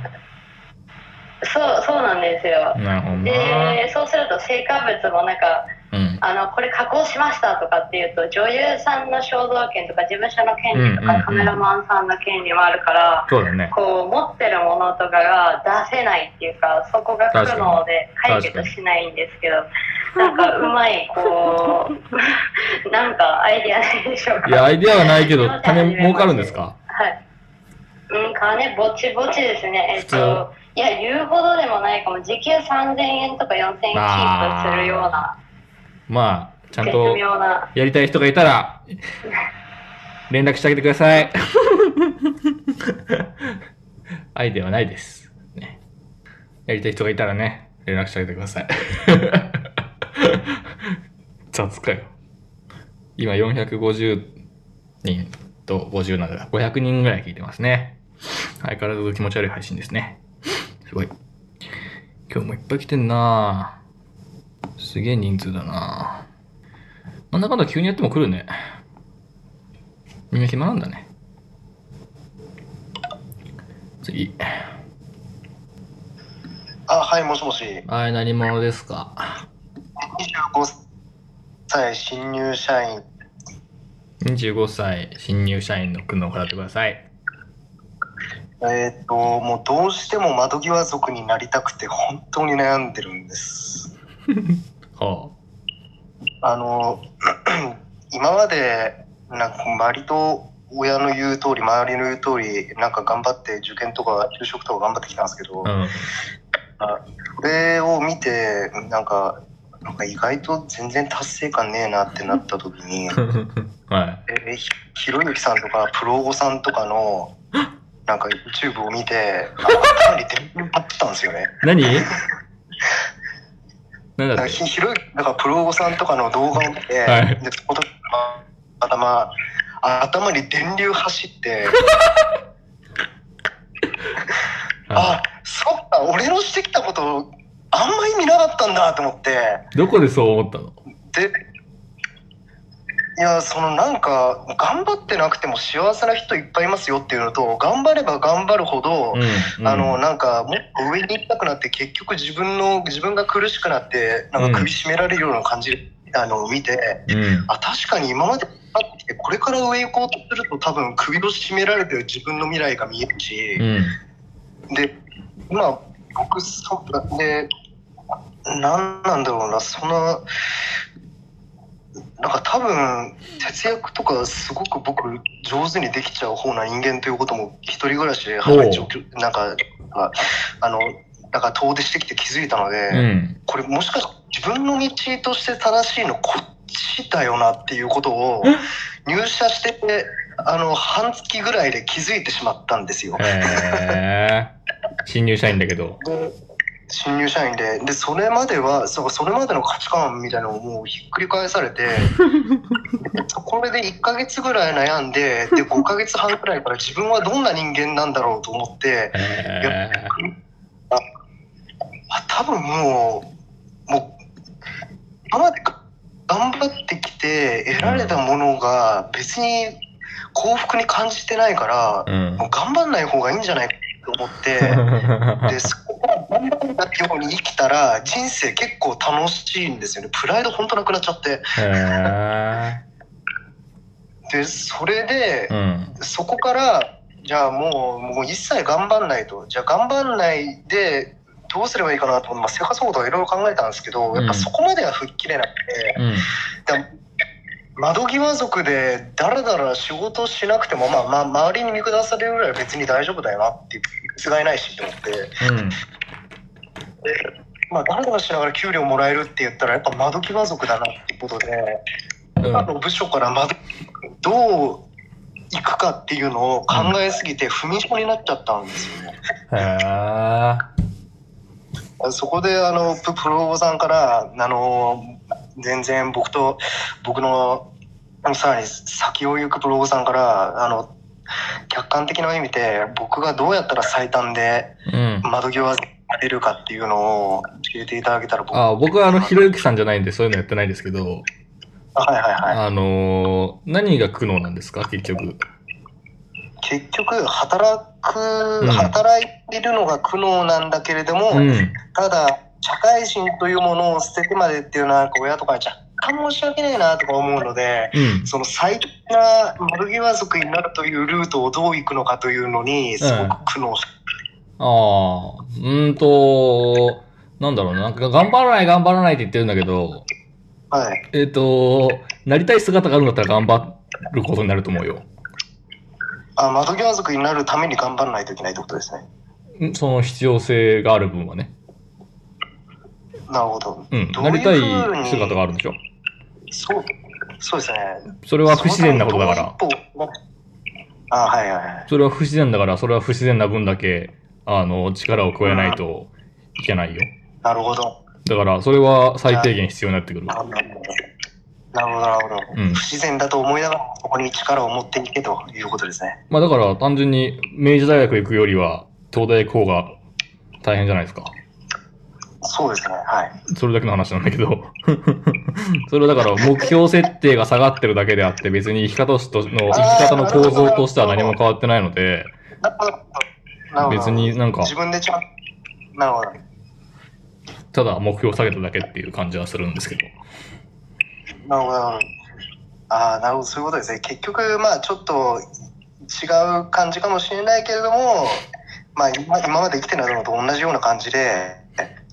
S16: そう、そうなんですよ。
S1: なるほどな。
S16: で、そうすると成果物もなんか、
S1: うん。
S16: あのこれ加工しましたとかっていうと女優さんの肖像権とか事務所の権利
S1: う
S16: と
S1: んうんう
S16: か
S1: ん
S16: カメラマンさんの権利もあるから、
S1: そうだよね。
S16: こう持ってるものとかが出せないっていうかそこが苦悩で解
S1: 確かに
S16: 決しないんですけどなんかうまいこう なんかアイディアないでしょうか
S1: いや、アイデアはないけど、金儲かるんですか
S16: はいうん金ぼちぼちですねえっ
S1: 普通
S16: といや言うほどでもないかも時給3000円とか4000円キープするような
S1: まあ、ちゃん
S16: 絶
S1: と
S16: 妙な
S1: やりたい人がいたら、連絡してあげてください。 アイデアはないです。ねやりたい人がいたらね、連絡してあげてください。 雑かよ。今450人と50なんだ。500人ぐらい聞いてますね。相変わらず気持ち悪い配信ですね。すごい。今日もいっぱい来てんなぁすげえ人数だなぁなんだかんだ急にやっても来るね。みんな暇なんだね。次。
S17: あ、はい、もしもし。
S1: はい、何者ですか
S17: 25歳新入社員。
S1: 25歳新入社員の苦悩を払ってください
S17: えっ、と、もうどうしても窓際族になりたくて、本当に悩んでるんです。
S1: は
S17: あの、 今まで、なんか割と親の言う通り、周りの言う通り、なんか頑張って受験とか就職とか頑張ってきたんですけど、
S1: うん
S17: あこれを見てなんかなんか意外と全然達成感ねえなってなった時に
S1: は
S17: えーひひろゆきさんとかプロゴさんとかのなんか YouTube を見てあかなりテンプあったんですよね。
S1: い何なんだ
S17: だ
S1: っ
S17: か
S1: て
S17: らひひろゆきだからプロゴさんとかの動画を見て、
S1: はい
S17: でそこでま頭あ頭に電流走 って。あ、そっか、俺のしてきたこと、あんま意味なかったんだと思って。
S1: どこでそう思ったの
S17: でいやそのなんか頑張ってなくても幸せな人いっぱいいますよっていうのと頑張れば頑張るほど、
S1: うん
S17: あのなんかもっと上に行きたくなって結局自分の自分が苦しくなってなんか首絞められるような感じ、あの見て、
S1: うん
S17: あ確かに今まで頑張ってきてこれから上行こうとすると多分首を絞められてる自分の未来が見えるし、
S1: うん
S17: で今僕そで何なんだろうなそのなんか多分節約とかすごく僕上手にできちゃう方な人間ということも一人暮らしで
S1: ほう
S17: 状況なんかああのなんか遠出してきて気づいたので、
S1: うん
S17: これもしかして自分の道として正しいのこっちだよなっていうことを入社してあの半月ぐらいで気づいてしまったんですよ。
S1: へー新入社員だけど
S17: で新入社員ででそれまではそうそれまでの価値観みたいなのをもうひっくり返され てこれで1ヶ月ぐらい悩んでで5ヶ月半ぐらいから自分はどんな人間なんだろうと思っていやああ多分もうもう今まで頑張ってきて得られたものが別に幸福に感じてないから、
S1: うん
S17: もう頑張んない方がいいんじゃないかと思って。でそこが頑張んないように生きたら人生結構楽しいんですよねプライド本当なくなっちゃって
S1: へ
S17: でそれで
S1: ーうん
S17: そこからじゃあもうもう一切頑張んないとじゃあ頑張んないでどうすればいいかなと思って、まあ、生活保護とかいろいろ考えたんですけどやっぱそこまでは吹っ切れなくて、
S1: うん
S17: だ窓際族でだらだら仕事しなくても、まあ、まあ周りに見下されるぐらいは別に大丈夫だよなっていうつがいないしと思って。
S1: うん
S17: まあ、だらだらしながら給料もらえるって言ったらやっぱ窓際族だなってことで、今の部署から窓どう行くかっていうのを考えすぎて不眠症になっちゃったんですよね。
S1: へー
S17: そこであのププロさんからあの全然僕と僕のあのさらに先を行くプロさんからあの客観的な意味で僕がどうやったら最短で
S1: うん。
S17: 窓際出るかっていうのを教えていただけたら僕
S1: あ僕はあの、ひろゆきさんじゃないんで、そういうのやってないですけど、
S17: はいはいはい
S1: あのー何が苦悩なんですか、結局。
S17: 結局働く、
S1: うん
S17: 働いてるのが苦悩なんだけれども、
S1: うん。
S17: ただ社会人というものを捨ててまでっていうのはなんか親とかに若干申し訳ないなとか思うので、
S1: うん
S17: その最適な窓際族になるというルートをどう行くのかというのにすごく苦悩し
S1: ああ、うーんと、なんだろうな、なんか頑張らない、頑張らないって言ってるんだけど、
S17: はい。
S1: えっ、と、なりたい姿があるんだったら頑張ることになると思うよ。
S17: あ窓際族になるために頑張らないといけないってことですね。
S1: んその必要性がある分はね。
S17: なるほど。
S1: うん。
S17: どう
S1: なりたい
S17: いうふうに
S1: 姿があるんでしょ。
S17: そうそうですね。
S1: それは不自然なことだから。
S17: そのどう一歩あはいはいはい。
S1: それは不自然だから、それは不自然な分だけ、あの、力を加えないといけないよ。
S17: なるほど。
S1: だから、それは最低限必要になってくる。
S17: なるほどなるほど、
S1: うん
S17: 不自然だと思いながらここに力を持っていけということですね。
S1: まあだから、単純に明治大学行くよりは、東大行く方が大変じゃないですか。
S17: そうですね。はい。
S1: それだけの話なんだけど。それはだから、目標設定が下がってるだけであって、別に生き方としての、生き方の構造としては何も変わってないので、
S17: なるほど
S1: 別になんか、
S17: 自分でちゃんなるほど。
S1: ただ目標を下げただけっていう感じはするんですけど。
S17: なるほどなるほど。ああ、なるほど、そういうことですね。結局、まあ、ちょっと違う感じかもしれないけれども、まあ、今今まで生きてるのと同じような感じで、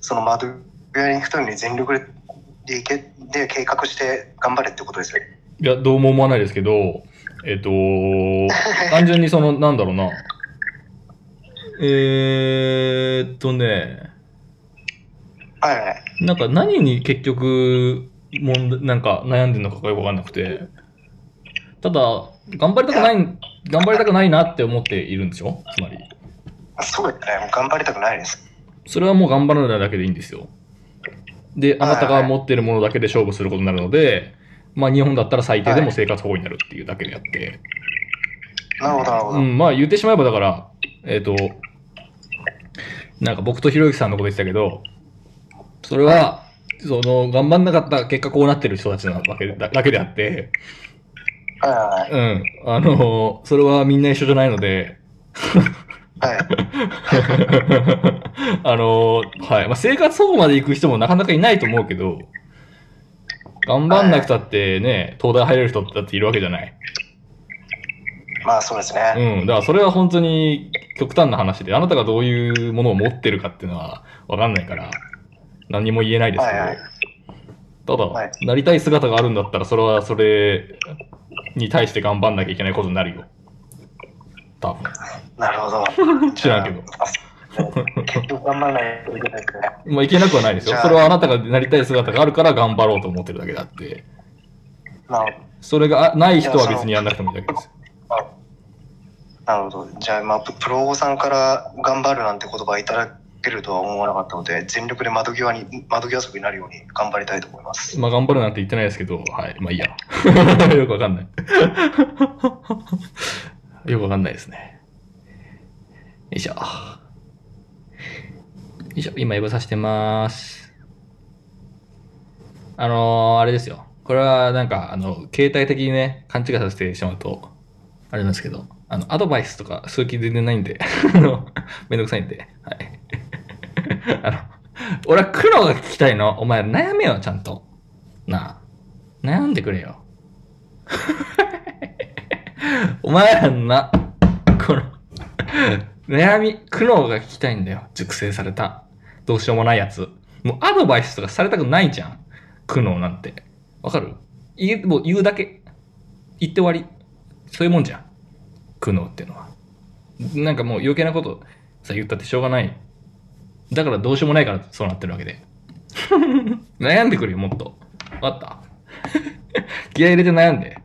S17: その窓際に行くとに全力で行けで計画して頑張れってことですね。
S1: いや、どうも思わないですけど、えっと、単純にその、なんだろうな。えーっとね、なんか何に結局、もんなんか悩んでるのかがよくわかんなくて、ただ、頑張りたくない、頑張りたくないなって思っているんでしょつまり。
S17: そうですね。もう頑張りたくないです。
S1: それはもう頑張らないだけでいいんですよ。で、あなたが持っているものだけで勝負することになるので、まあ日本だったら最低でも生活保護になるっていうだけであって、
S17: なるほど、なるほど。
S1: うん、まあ言ってしまえばだから、えっ、と、なんか僕とひろゆきさんのこと言ってたけど、それは、その、頑張んなかった結果こうなってる人たちなわけだだけであって、うん、あのそれはみんな一緒じゃないので、 あのはい。まあ、生活保護まで行く人もなかなかいないと思うけど、頑張んなくたってね、東大入れる人だっているわけじゃない。
S17: まあ、そうですね。
S1: うん、だからそれは本当に極端な話で、あなたがどういうものを持ってるかっていうのは分かんないから、何も言えないですけど、ただ、なりたい姿があるんだったら、それはそれに対して頑張んなきゃいけないことになるよ。多分。
S17: なるほ ど。
S1: 知らんけど。
S17: 結局頑張らないといけないですね。
S1: まあ、いけなくはないですよ。それはあなたがなりたい姿があるから頑張ろうと思ってるだけだって。
S17: なる
S1: それがあない人は別にやんなくてもいいだけです。
S17: なるほど。じゃあ、まあ、ププロさんから頑張るなんて言葉いただけるとは思わなかったので、全力で窓際に、窓際遊びになるように頑張りたいと思います。
S1: まあ、頑張るなんて言ってないですけど、はい。まあ、いいや。 よくわかんない。 よくわかんないですね。よいしょ。よいしょ。今、エヴァさしてます。あのー、あれですよ。これは、なんか、あの、携帯的にね、勘違いさせてしまうと、あれなんですけど、あの、アドバイスとか、数気全然ないんで、 あの、めんどくさいんで、はい。 あの、俺は苦労が聞きたいの。お前、悩めよ、ちゃんと。なあ。悩んでくれよ。 お前らのな、この、悩み、苦悩が聞きたいんだよ。熟成された。どうしようもないやつ。もうアドバイスとかされたくないじゃん。苦悩なんて。わかる言えもう言うだけ。言って終わり。そういうもんじゃん。苦悩っていうのは。なんかもう余計なことさ、言ったってしょうがない。だからどうしようもないからそうなってるわけで。悩んでくるよ、もっと。わかった 気合い入れて悩んで。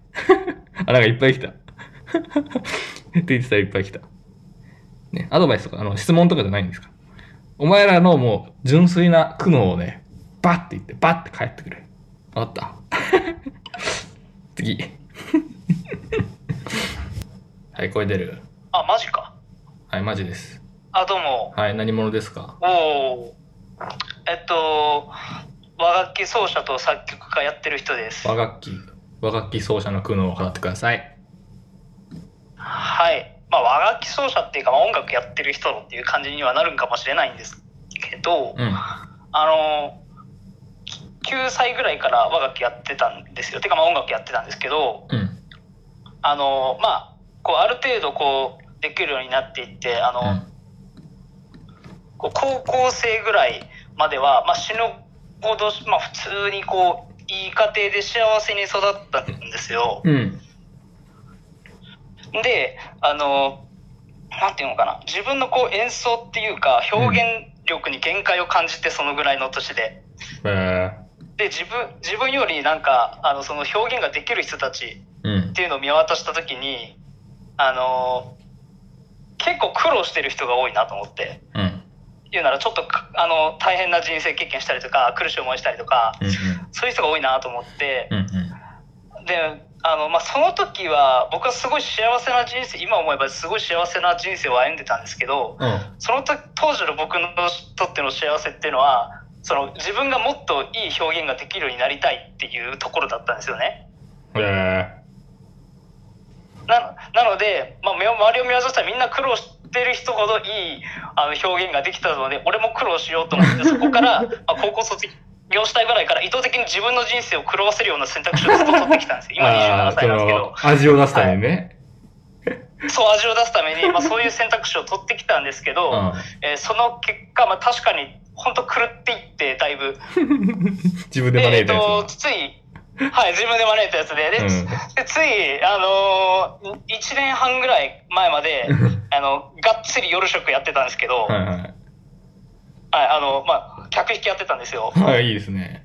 S1: あ、なんかいっぱい来た。って言ってたらいっぱい来た。ね、アドバイスとか、あの、質問とかじゃないんですかお前らのもう純粋な苦悩をね、バッて言って、バッて帰ってくれ。わかった。 次。 はい、声出る。
S18: あ、マジか。
S1: はい、マジです。
S18: あ、どうも。
S1: はい、何者ですか
S18: おお。えっと、和楽器奏者と作曲家やってる人です。
S1: 和楽器、和楽器奏者の苦悩を語ってください。
S18: はい。まあ、和楽器奏者っていうか、まあ、音楽やってる人っていう感じにはなるんかもしれないんですけど、
S1: うん。
S18: あの、9歳ぐらいから和楽器やってたんですよ。てか、まあ、音楽やってたんですけど、
S1: うん
S18: あの、まあ、こう、ある程度、こう、できるようになっていって、あの、こう高校生ぐらいまでは、まあ、死ぬほど、まあ、普通にこう、いい家庭で幸せに育ったんですよ。
S1: うん。
S18: であのなんていうのかな自分のこう演奏っていうか表現力に限界を感じてそのぐらいの年で
S1: え
S18: で自分自分よりなんかあのその表現ができる人たち
S1: うん
S18: っていうのを見渡した時にあの結構苦労してる人が多いなと思って。
S1: うん
S18: 言うならちょっとかあの大変な人生経験したりとか苦しい思いしたりとか、そういう人が多いなと思って、であの、まあ、その時は僕はすごい幸せな人生今思えばすごい幸せな人生を歩んでたんですけど
S1: うん。
S18: その時当時の僕のとっての幸せっていうのはその自分がもっといい表現ができるようになりたいっていうところだったんですよね。
S1: え
S18: ななので、まあ、目を周りを見渡したらみんな苦労してる人ほどいいあの表現ができたので俺も苦労しようと思ってそこ から、まあ、高校卒業したぐらいから意図的に自分の人生を狂わせるような選択肢をずっと取ってきたんですよ。今27
S1: あ
S18: 歳なんですけど。
S1: あーその味を出すためにね。
S18: そう味を出すために、まあ、そういう選択肢を取ってきたんですけど、
S1: うん
S18: えーその結果、まあ、確かに本当狂っていってだいぶ
S1: 自分で招
S18: え
S1: い
S18: ー
S1: たや
S18: とついはい自分で招いたやつでで,、
S1: うん
S18: でついあのー、1年半ぐらい前ま であのがっつり夜食やってたんですけど、
S1: つ。
S18: はい
S1: はいはい。
S18: あのまあ、客引きやってたんですよ。
S1: はい、いいですね。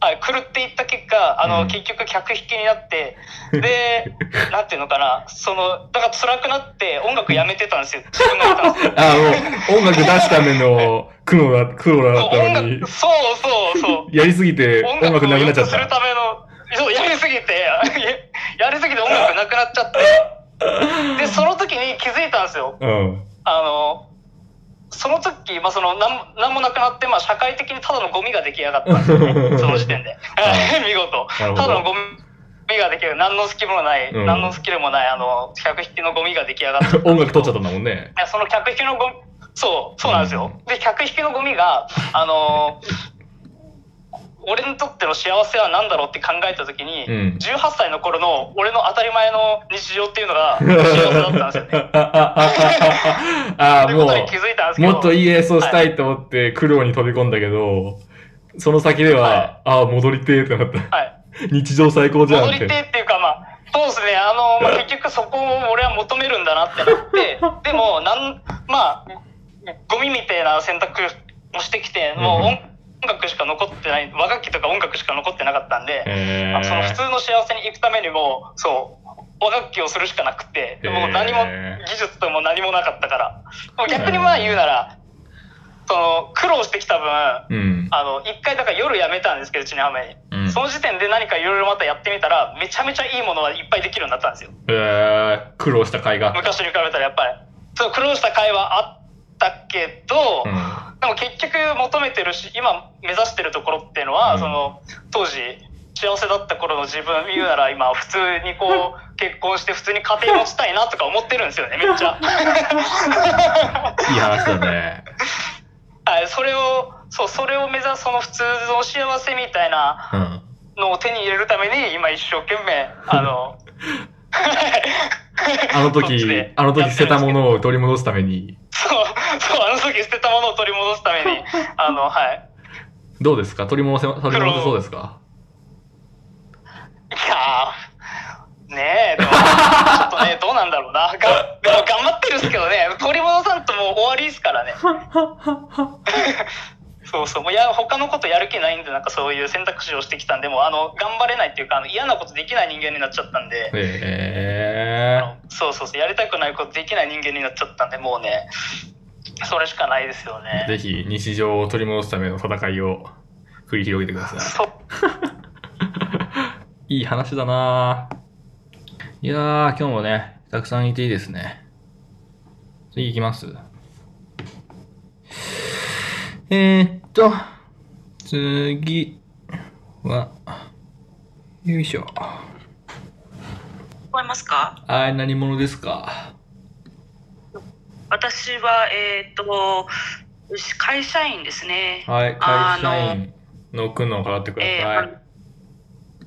S18: はい、狂っていった結果、あの、
S1: うん
S18: 結局客引きになって、 で、なんていうのかな、その、だから辛くなって音楽やめてたんですよ。自分がやったんですよ。
S1: ああ、もう音楽出すための苦悩だ、苦労だったのに、
S18: そうそうそう。
S1: やりすぎて音楽なくなっちゃっ
S18: する
S1: た。
S18: ための、そうやりすぎて、 やりすぎて音楽なくなっちゃって、で、その時に気づいたんですよ。
S1: うん。
S11: 어.
S18: あの、その時、まあ、その、なんも、なんもなくなって、まあ、社会的にただのゴミが出来上がったんですよね。その時点で。見事。
S1: なる
S18: た
S1: ほ
S18: だ
S1: ど
S18: のゴミが出来上がる。何の隙もない、
S1: うん
S18: 何のスキルもない、あの、客引きのゴミが出来 上がった。
S1: 音楽取っちゃったんだもんね。
S18: いやその客引きのゴミ、そう、そうなんですよ。で、客引きのゴミが、あのー俺にとっての幸せは何だろうって考えた時に、
S1: うん
S18: 18歳の頃の俺の当たり前の日常っていうのが幸せだったんですよね。
S1: ああ、
S18: という
S1: も
S18: ことに気づいたんですけ
S1: う、
S18: ど
S1: もっといい演奏したいと思って苦労に飛び込んだけど、その先では、ああ、戻りてーってなった。日常最高じゃん
S18: 戻
S1: っ
S18: りて
S1: て。
S18: えっていうか、まあ、そうですね、あのまあ、結局そこを俺は求めるんだなってなって、でも、なん、まあ、ゴミみたいな選択をしてきて、もう音楽しか残ってない、和楽器とか音楽しか残ってなかったんで、
S1: へー
S18: あのその普通の幸せに行くためにも、そう、和楽器をするしかなくて、
S1: へー
S18: もう何も、技術とも何もなかったから、もう逆にまあ言うなら、その苦労してきた分、
S1: うん。
S18: あの、一回だから夜やめたんですけど、ちなみに。
S1: うん
S18: その時点で何かいろいろまたやってみたら、めちゃめちゃいいものがいっぱいできるようになったんですよ。
S1: えー、苦労した甲斐があっ
S18: 昔に比べたらやっぱり。そう、苦労した会はあったけど、
S1: た。
S18: でも結局求めてるし、今目指してるところっていうのは、その、当時、幸せだった頃の自分、言うなら今、普通にこう、結婚して普通に家庭持ちたいなとか思ってるんですよね、めっちゃ。
S1: うん。いい話だね。
S18: はい、それを、そう、それを目指す、その普通の幸せみたいなのを手に入れるために、今一生懸命、あの、
S1: あの時、あの時捨てたものを取り戻すために、
S18: そう、そう、あの時捨てたものを取り戻すために、あの、はい。
S1: どうですか取り戻せ、取り戻せそうですか
S18: いやー、ねえ、でも、ちょっとね、どうなんだろうな。がでも頑張ってるんですけどね、取り戻さんともう終わりですからね。そうそう、もうや他のことやる気ないんで、なんかそういう選択肢をしてきたんで、もうあの、頑張れないっていうか、あの嫌なことできない人間になっちゃったんで、
S1: え
S18: そうそうそう、やりたくないことできない人間になっちゃったんで、もうね、それしかないですよね。
S1: ぜひ日常を取り戻すための戦いを繰り広げてくださ い。いい話だなぁいやー、今日もね、たくさんいていいですね。次行きます。えー、っと、次は、よいしょ。
S10: 聞こえますか
S1: はい、何者ですか
S10: 私は、えっ、と、会社員ですね。
S1: はい、
S10: あ
S1: 会
S10: の
S1: 社員の苦悩を払ってください。
S10: えー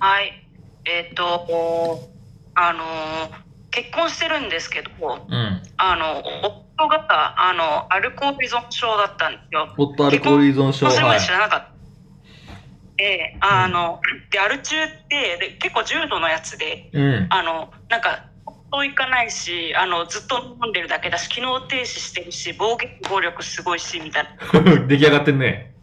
S10: はい。えっ、と、あの、結婚してるんですけど、
S1: うん。
S10: あの、夫が、あの、アルコール依存症だったんですよ。
S1: ホットアルコール依存症。
S10: それま
S1: はい
S10: で知らなかった。で、あの、で、アル中って、で結構重度のやつで、
S1: うん
S10: あの、なんか、そういかないし、あの、ずっと飲んでるだけだし、機能停止してるし、暴言、暴力すごいし、みたいな。
S1: 出来上がってん ね。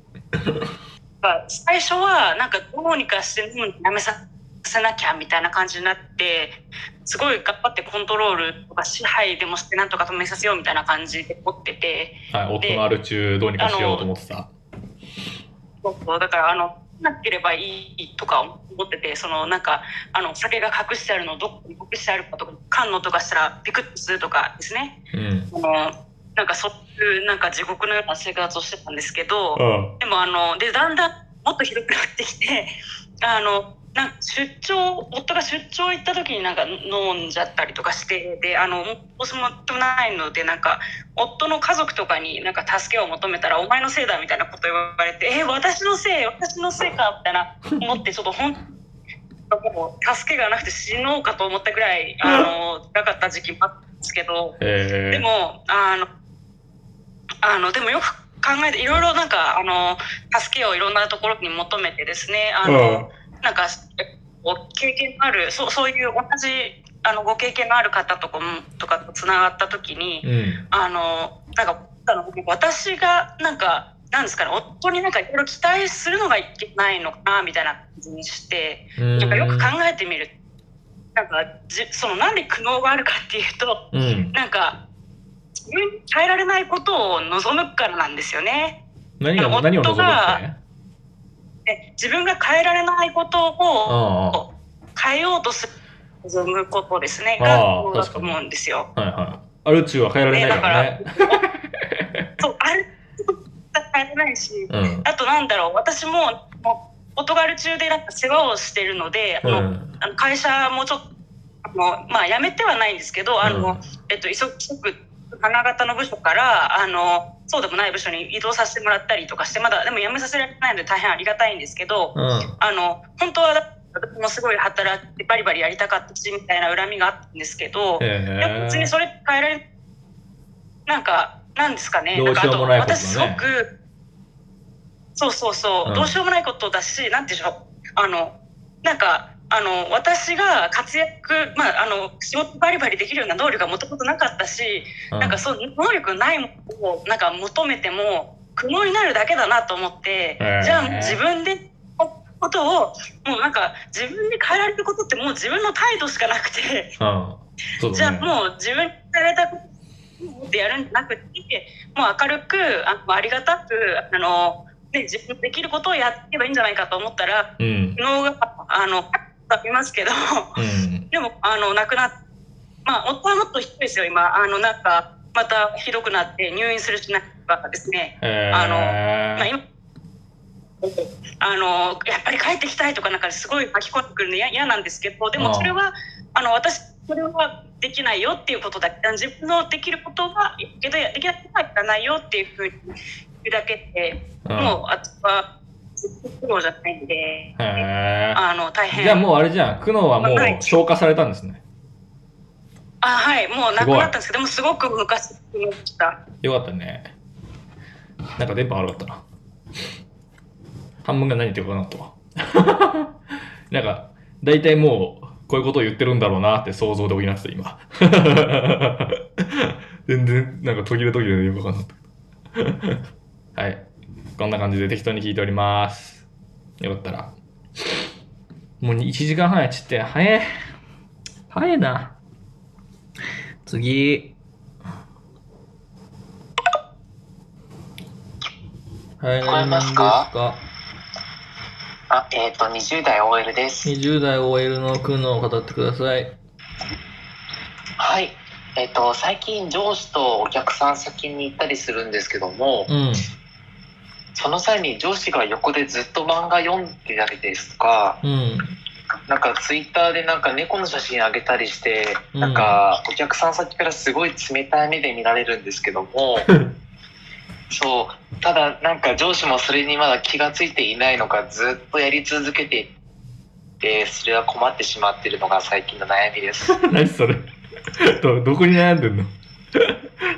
S10: まあ最初はなんかどうにかして飲むのやめさせなきゃみたいな感じになってすごい頑張ってコントロールとか支配でもしてなんとか止めさせようみたいな感じで思ってて
S1: はい、
S10: で
S1: 夫のアル中どうにかしようと思ってた。
S10: そうそうだからあのなければいいとか思っててそのなんかあの酒が隠してあるのどこに隠してあるかとか缶のとかしたらピクッとするとかですね
S1: うん。
S10: あのなんかそういうなんか地獄のような生活をしてたんですけど、
S1: うん
S10: でもあのでだんだんもっとひどくなってきて あのなんか出張夫が出張行った時になんか飲んじゃったりとかしてであのもうお相撲もないのでなんか夫の家族とかになんか助けを求めたら「お前のせいだ」みたいなこと言われて「え私のせい私のせいか」みたいな思ってちょっと本当もう助けがなくて死のうかと思ったぐらいあの辛かった時期もあったんですけど。
S1: えー、
S10: でもあのあのでもよく考えていろいろなんかあの助けをいろんなところに求めてですねあ
S11: 어.
S10: の、なんかこう経験のあるそうそういう同じあのご経験のある方とかもとかとつながった時に、
S1: うん。
S10: あのなんかあの私がなんかなんですかね夫になんかいろいろ期待するのがいけないのかなみたいな感じにして
S1: うん
S10: なんかよく考えてみるなんかじそのなんで苦悩があるかっていうと、
S1: うん
S10: なんか自分に変えられないことを望むからなんですよね。
S1: 何
S10: あの
S1: を、何を望むってね
S10: え自分が変えられないことを
S1: あ
S10: 変えようとする望むことですね
S1: あ
S10: が
S1: あ
S10: こうだ
S1: 確
S10: と
S1: かに
S10: 思うんですよ。
S1: あ、はいはい。アル中は変えられないからね。
S10: そうあれ変えられないし、
S1: うん
S10: あとなんだろう私ももうポルトガル中でなんか世話をしてるので、あの
S1: うん
S10: あの会社もちょっとあのまあ辞めてはないんですけどあ
S1: う
S10: の、
S1: ん
S10: えっと急く花形の部署からあのそうでもない部署に移動させてもらったりとかしてまだでも辞めさせられてないので大変ありがたいんですけど、
S1: うん
S10: あの本当は私もすごい働いてバリバリやりたかったしみたいな恨みがあったんですけ
S1: へ
S10: ど、
S1: え
S10: でも別にそれ変えられなんかなんですかね
S1: どうしようもないことだね
S10: んかあ私すごくそうそうそう、
S1: うん
S10: どうしようもないことだしなんていうんでしょうあのなんかあの私が活躍、まあ、あの仕事バリバリできるような能力がもともとなかったし、
S1: うん
S10: なんかそう能力ないものをなんか求めても苦悩になるだけだなと思って、
S1: へえ
S10: じゃあ自分でことをもうなんか自分で変えられることってもう自分の態度しかなくて。
S1: うん。そう
S10: じゃあ
S1: だね。
S10: もう自分にされたことでやるんじゃなくてもう明るくあありがたくあの、ね、自分のできることをやっていけばいいんじゃないかと思ったら
S1: うん。
S10: 昨日があの食べますけど
S1: うん。
S10: でもあの亡くなっまあ夫はもっとひどいですよ今あのなんかまたひどくなって入院するしなんかですね
S1: へー
S10: あの、まあ、今あのやっぱり帰ってきたいとかなんかすごい巻き込んでくるの嫌嫌なんですけどで
S1: あ
S10: も
S1: あ
S10: それはあの私それはできないよっていうことだけ自分のできることはやるけどやできないことはいらないよっていうふうに言うだけで、
S1: うん
S10: もうあとは苦労じゃないんで
S1: へえ。
S10: あの大変
S1: じゃあもうあれじゃん。苦悩はも
S10: はいう
S1: 消化されたんですね。
S10: あはいもうなくなったんですけどでもすごく昔に思った
S1: よかったね。なんか電波悪かったな。半分が何言ってるかなと は。なんか、大体もう、こういうことを言ってるんだろうなって想像で補ってた、今。 全然、なんか途切れ途切れでよくわかんなかった。 はい。こんな感じで適当に聞いております。よかったら。もう1時間半やっちって、早い。早いな。次。はい、
S6: 聞こえますかあ、えっ、と、20代 OL です。
S1: ?20 代 OL の苦悩を語ってください。
S6: はい。えっ、と、最近上司とお客さん先に行ったりするんですけども、
S1: うん。
S6: その際に上司が横でずっと漫画読んでたりですとか、
S1: うん。
S6: なんかツイッターでなんか猫の写真あげたりして、
S1: うん
S6: なんかお客さん先からすごい冷たい目で見られるんですけど も、そう、ただなんか上司もそれにまだ気がついていないのかずっとやり続けていて、それは困ってしまっているのが最近の悩みです。
S1: 何それど、どこに悩んでんの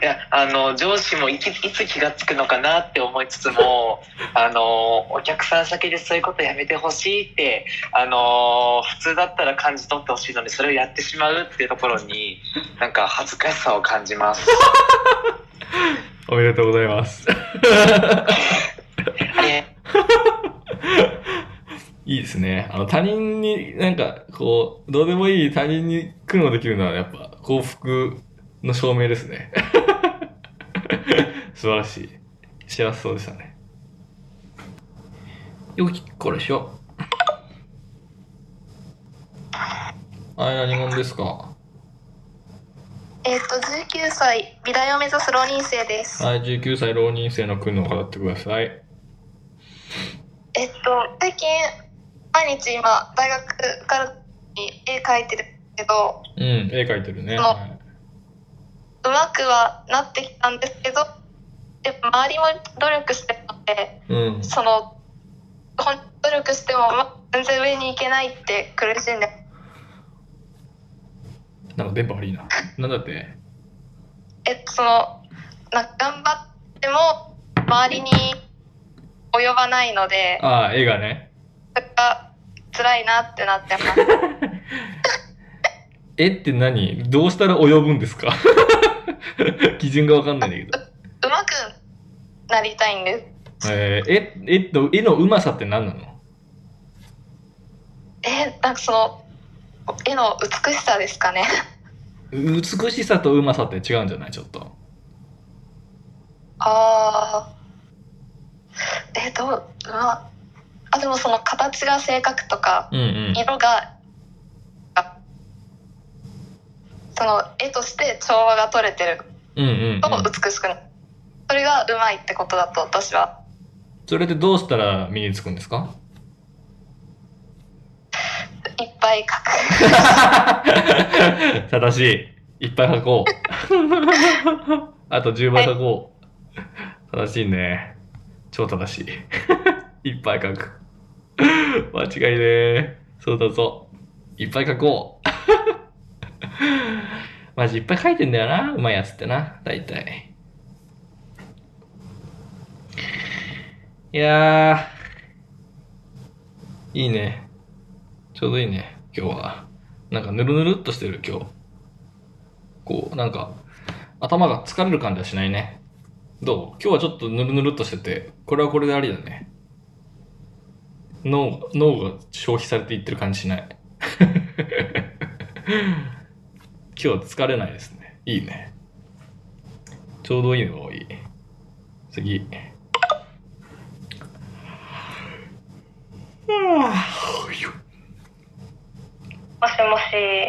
S6: いやあの上司もいきいつ気がつくのかなって思いつつもあのお客さん先でそういうことやめてほしいってあの普通だったら感じ取ってほしいのにそれをやってしまうっていうところになんか恥ずかしさを感じます
S1: おめでとうございます。 いいですね。あの、他人に、なんか、こう、どうでもいい他人に苦悩できるのは、やっぱ、幸福の証明ですね。 素晴らしい。幸せそうでしたね。よき、これしよう。あれ、何者ですか
S19: えっと19歳美大を目指す浪人生です
S1: はい、19歳浪人生の苦悩を語ってください。
S19: えっと最近毎日今大学受かるに絵描いてるけど
S1: うん、絵描いてるね。
S19: もうまくはなってきたんですけどでも周りも努力してるので
S1: うん。
S19: そのほん努力しても、ま、全然上に行けないって苦しんで
S1: なんか電波悪いな。なんだって
S19: えっとそのなんか頑張っても周りに及ばないので
S1: ああ、絵がね。
S19: 辛いなってなってます
S1: 絵って何どうしたら及ぶんですか 基準がわかんないんだけど。
S19: うまくなりたいんです
S1: えー、絵絵と絵のうまさって何なの
S19: えなんかその絵の美しさですかね
S1: 美しさとうまさって違うんじゃないちょっと。
S19: あーえどううわあでもその形が性格とか
S1: うんうん。
S19: 色が、あその絵として調和が取れてる
S1: うんうん、うん。
S19: と美しくなる、それがうまいってことだと私は
S1: それでどうしたら身につくんですか
S19: いっぱい描く
S1: 正しい。いっぱい書こう。あと10倍書こう。正しいね。超正しい。いっぱい書く。間違いねー。そうだぞ。いっぱい書こう。マジいっぱい書いてんだよな。うまいやつってな。大体。いやー。いいね。ちょうどいいね。今日は。なんかぬるぬるっとしてる今日。こう、なんか、頭が疲れる感じはしないね。どう今日はちょっとぬるぬるっとしてて、これはこれでありだね。脳、脳が消費されていってる感じしない。 今日疲れないですね。いいね。ちょうどいいのが多い。次。
S20: もしも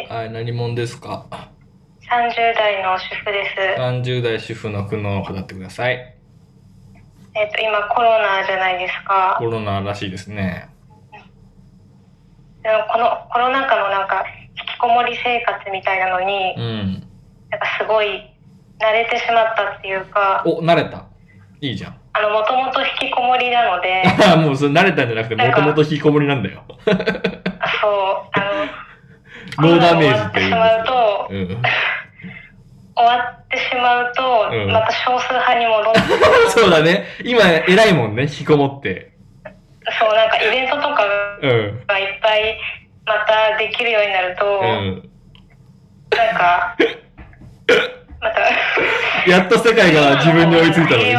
S20: し、
S1: はい、何者ですか
S20: 30代の主婦です。
S1: ?30 代主婦の苦悩を語ってください。
S20: えっ、と、今コロナじゃないですか。
S1: コロナらしいですね。
S20: でもこのコロナ禍のなんか、引きこもり生活みたいなのに、
S1: うん。
S20: なんかすごい慣れてしまったっていうか、
S1: お、慣れた。いいじゃん。
S20: あの、もともと引きこもりなの で、
S1: あもうそれ慣れたんじゃなくて、もともと引きこもりなんだよ。
S20: そう、あ
S1: ノーダメージって
S20: の、
S1: い
S20: し
S1: う
S20: まうと、
S1: んですよ。うん。
S20: 終わってしまうと、
S1: うん
S20: また少数派に戻って、
S1: そうだね。今、偉いもんね、引きこもって。
S20: そう、なんかイベントとか
S1: うん。
S20: がいっぱいまたできるようになると、
S1: うん。
S20: なんか、
S1: やっと世界が自分に追いついたのにね。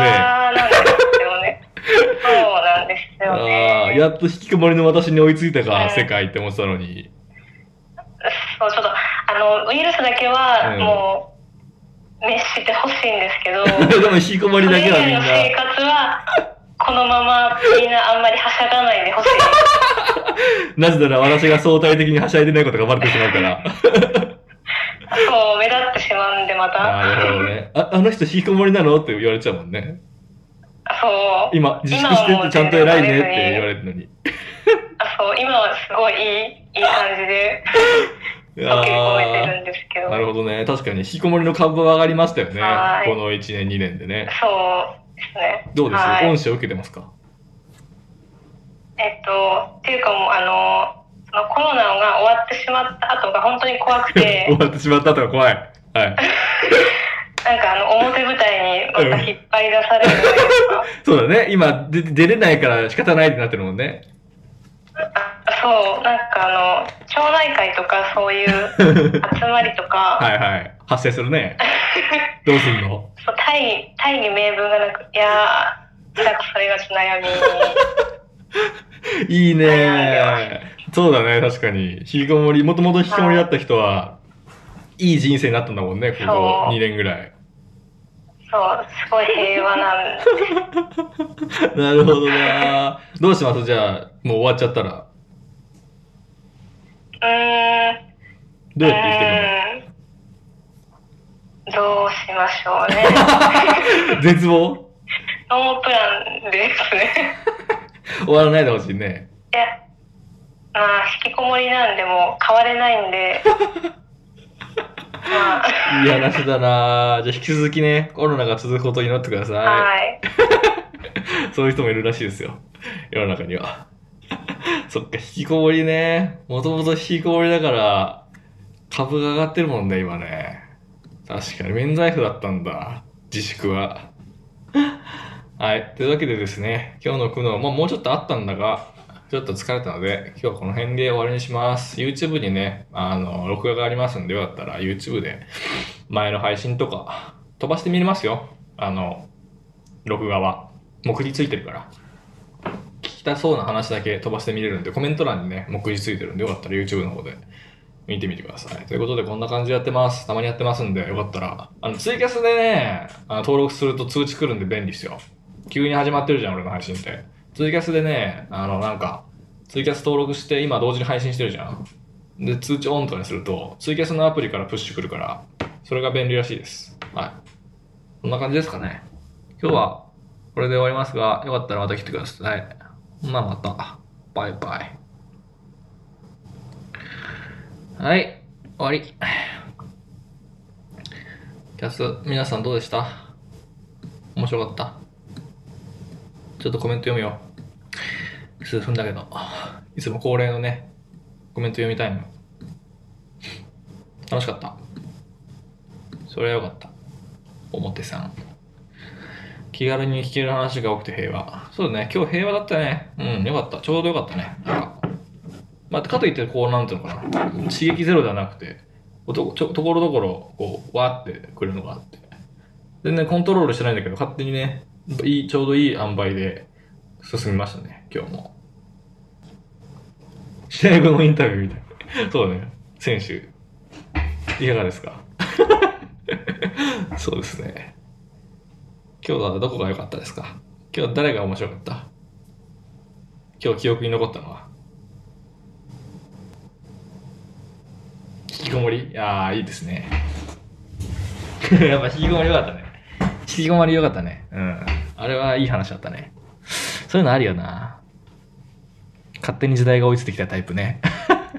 S20: そうなんですよ。
S1: ああ、やっと引きこもりの私に追いついたか、世界って思ってたのに。
S20: そう、ちょっと、あの、ウイルスだけは、
S1: うん
S20: もう、滅してほしいんですけど、
S1: でも引きこもりだけはみんな
S20: それ以外の生活は、このままみんなあんまりはしゃがないでほしい。
S1: なぜなら私が相対的にはしゃいでないことがバレてしまうから。
S20: そう、目立ってしまうんで、また。
S1: なるほどね。あ、あの人引きこもりなのって言われちゃうもんね。
S20: そう。
S1: 今、自粛してってちゃんと偉いねって言われるのに。
S20: あそう、今はすごいいい、いい感じ で、
S1: あ
S20: 覚えてるん
S1: ー
S20: ですけど。
S1: なるほどね。確かに引きこもりの株は上がりましたよね
S20: は。い
S1: この1年、2年でね。
S20: そうですね。
S1: どうです
S20: はい
S1: 恩師を受けてますか
S20: えっと、っていうかもう、あの、そのコロナが終わってしまった後が本当に怖くて、
S1: 終わってしまったとが怖い。はい。
S20: なんかあの、表舞台にまた引っ張り出される。
S1: そうだね。今、で出れないから仕方ないってなってるもんね。
S20: そう、なんかあの、町内会とかそう いう集まりとか、
S1: はいはい。発生する ね。どうすんの
S20: そう大義大義名分がなくいやーなんかそれがちょっと悩み
S1: いいねそうだね、確かに。引きこもり、もともと引きこもりだった人は、いい人生になったんだもんね、こ
S20: そ
S1: こ
S20: う
S1: 2年ぐらい。
S20: そうすごい平和なんです
S1: なるほどな どうしますじゃあ、もう終わっちゃったら。
S20: うーん
S1: どうやって
S20: うーんどうしましょう ね
S1: 生きていくの絶望
S20: ノープランですね
S1: 終わらないでほしいね。
S20: いやまあ引きこもりなんでもう変われないんで まあ
S1: いい話だなじゃあ引き続きね、コロナが続くことを祈ってください。
S20: はい
S1: そういう人もいるらしいですよ。世の中には。 そっか、引きこもりね。もともと引きこもりだから、株が上がってるもんね、今ね。確かに、免罪符だったんだ。自粛は。 はい。というわけでですね、今日の苦悩、まあ、もうちょっとあったんだが、ちょっと疲れたので、今日はこの辺で終わりにします。YouTube にね、あの、録画がありますんで、よかったら YouTube で前の配信とか飛ばしてみれますよ。あの、録画は。目次ついてるから。聞きたそうな話だけ飛ばしてみれるんで、コメント欄にね、目次ついてるんで、よかったら YouTube の方で見てみてください。ということで、こんな感じでやってます。たまにやってますんで、よかったら。あの、ツイキャスでね、あの登録すると通知来るんで便利ですよ。急に始まってるじゃん、俺の配信って。ツイキャスでね、あの、なんか、ツイキャス登録して、今同時に配信してるじゃん。で、通知オンとかにすると、ツイキャスのアプリからプッシュ来るから、それが便利らしいです。はい。こんな感じですかね。今日はこれで終わりますが、よかったらまた来てください。まあまた。バイバイ。はい、終わり。キャス、皆さんどうでした面白かったちょっとコメント読むよ。数分だけど。いつも恒例のね、コメント読みたいの。楽しかった。それはよかった。表さん。気軽に聞ける話が多くて平和。そうだね、今日平和だったね。うん、よかった。ちょうどよかったね。なんかまあ、かといって、こう、なんていうのかな。刺激ゼロではなくて、おとちょところどころ、こう、わーってくるのがあって。全然コントロールしてないんだけど、勝手にね、いいちょうどいい塩梅で進みましたね、今日も。試合後のインタビューみたい。そうだね、選手。いかがですか そうですね。今日はどこが良かったですか今日誰が面白かった今日記憶に残ったのは引きこもりああいいですね やっぱ引きこもり良かったね引きこもり良かったねうんあれはいい話だったねそういうのあるよな勝手に時代が追いついてきたタイプね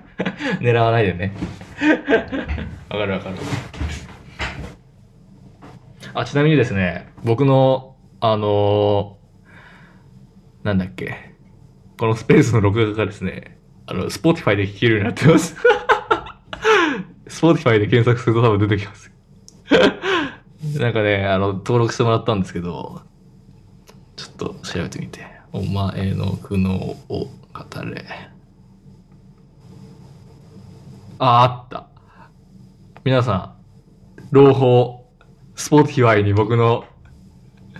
S1: 狙わないでねわかるわかるあ、ちなみにですね、僕の、あのーなんだっけ、このスペースの録画がですね、あの、Spotify で聴けるようになってます。Spotify で検索すると多分出てきます。なんかね、あの、登録してもらったんですけど、ちょっと調べてみて。お前の苦悩を語れ。あ、あった。皆さん、朗報。スポーティファイに僕の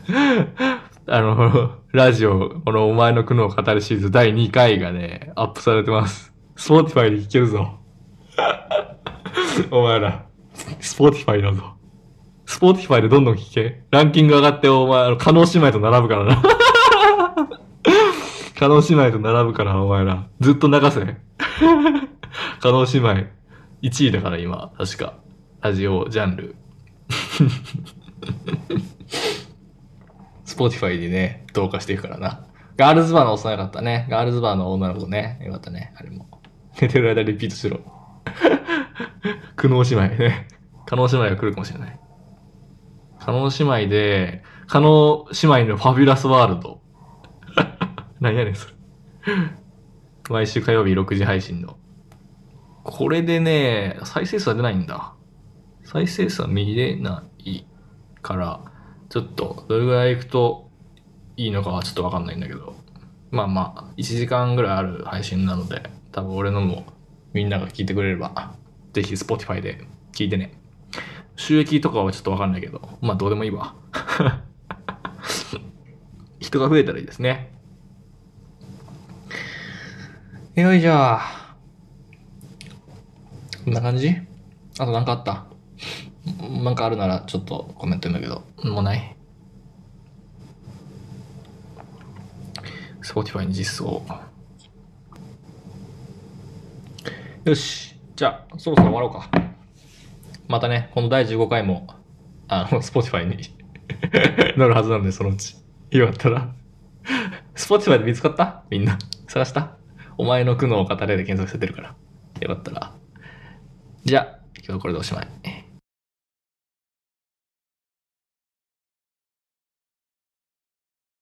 S1: あの、ラジオ、このお前の苦悩を語るシリーズ第2回がね、アップされてます。スポーティファイで聞けるぞ。 お前ら、スポーティファイだぞ。スポーティファイでどんどん聞け。ランキング上がって、お前、あの、加納姉妹と並ぶからな。 加納姉妹と並ぶから、お前ら。ずっと流せ。加納姉妹、1位だから今、確か。ラジオ、ジャンル。スポーティファイでね、同化していくからな。ガールズバーの幼かったね。ガールズバーの女の子ね。よかったね。あれも。寝てる間リピートしろ。苦悩姉妹ね。加納姉妹が来るかもしれない。加納姉妹で、加納姉妹のファビュラスワールド。 何やねん、それ。毎週火曜日6時配信の。これでね、再生数は出ないんだ。再生数は見れないから、ちょっと、どれぐらいいくといいのかはちょっとわかんないんだけど、まあまあ、1時間ぐらいある配信なので、多分俺のもみんなが聞いてくれれば、ぜひ Spotify で聞いてね。収益とかはちょっとわかんないけど、まあどうでもいいわ。 人が増えたらいいですね。よいしょ。こんな感じあとなんかあったなんかあるならちょっとコメント読むけど、もうない。Spotify に実装。よし。じゃあ、そろそろ終わろうか。またね、この第15回も、あの、Spotify に なるはずなんで、そのうち。よかったら。Spotify で見つかったみんな。探したお前の苦悩を語れで検索して出るから。よかったら。じゃあ、今日はこれでおしまい。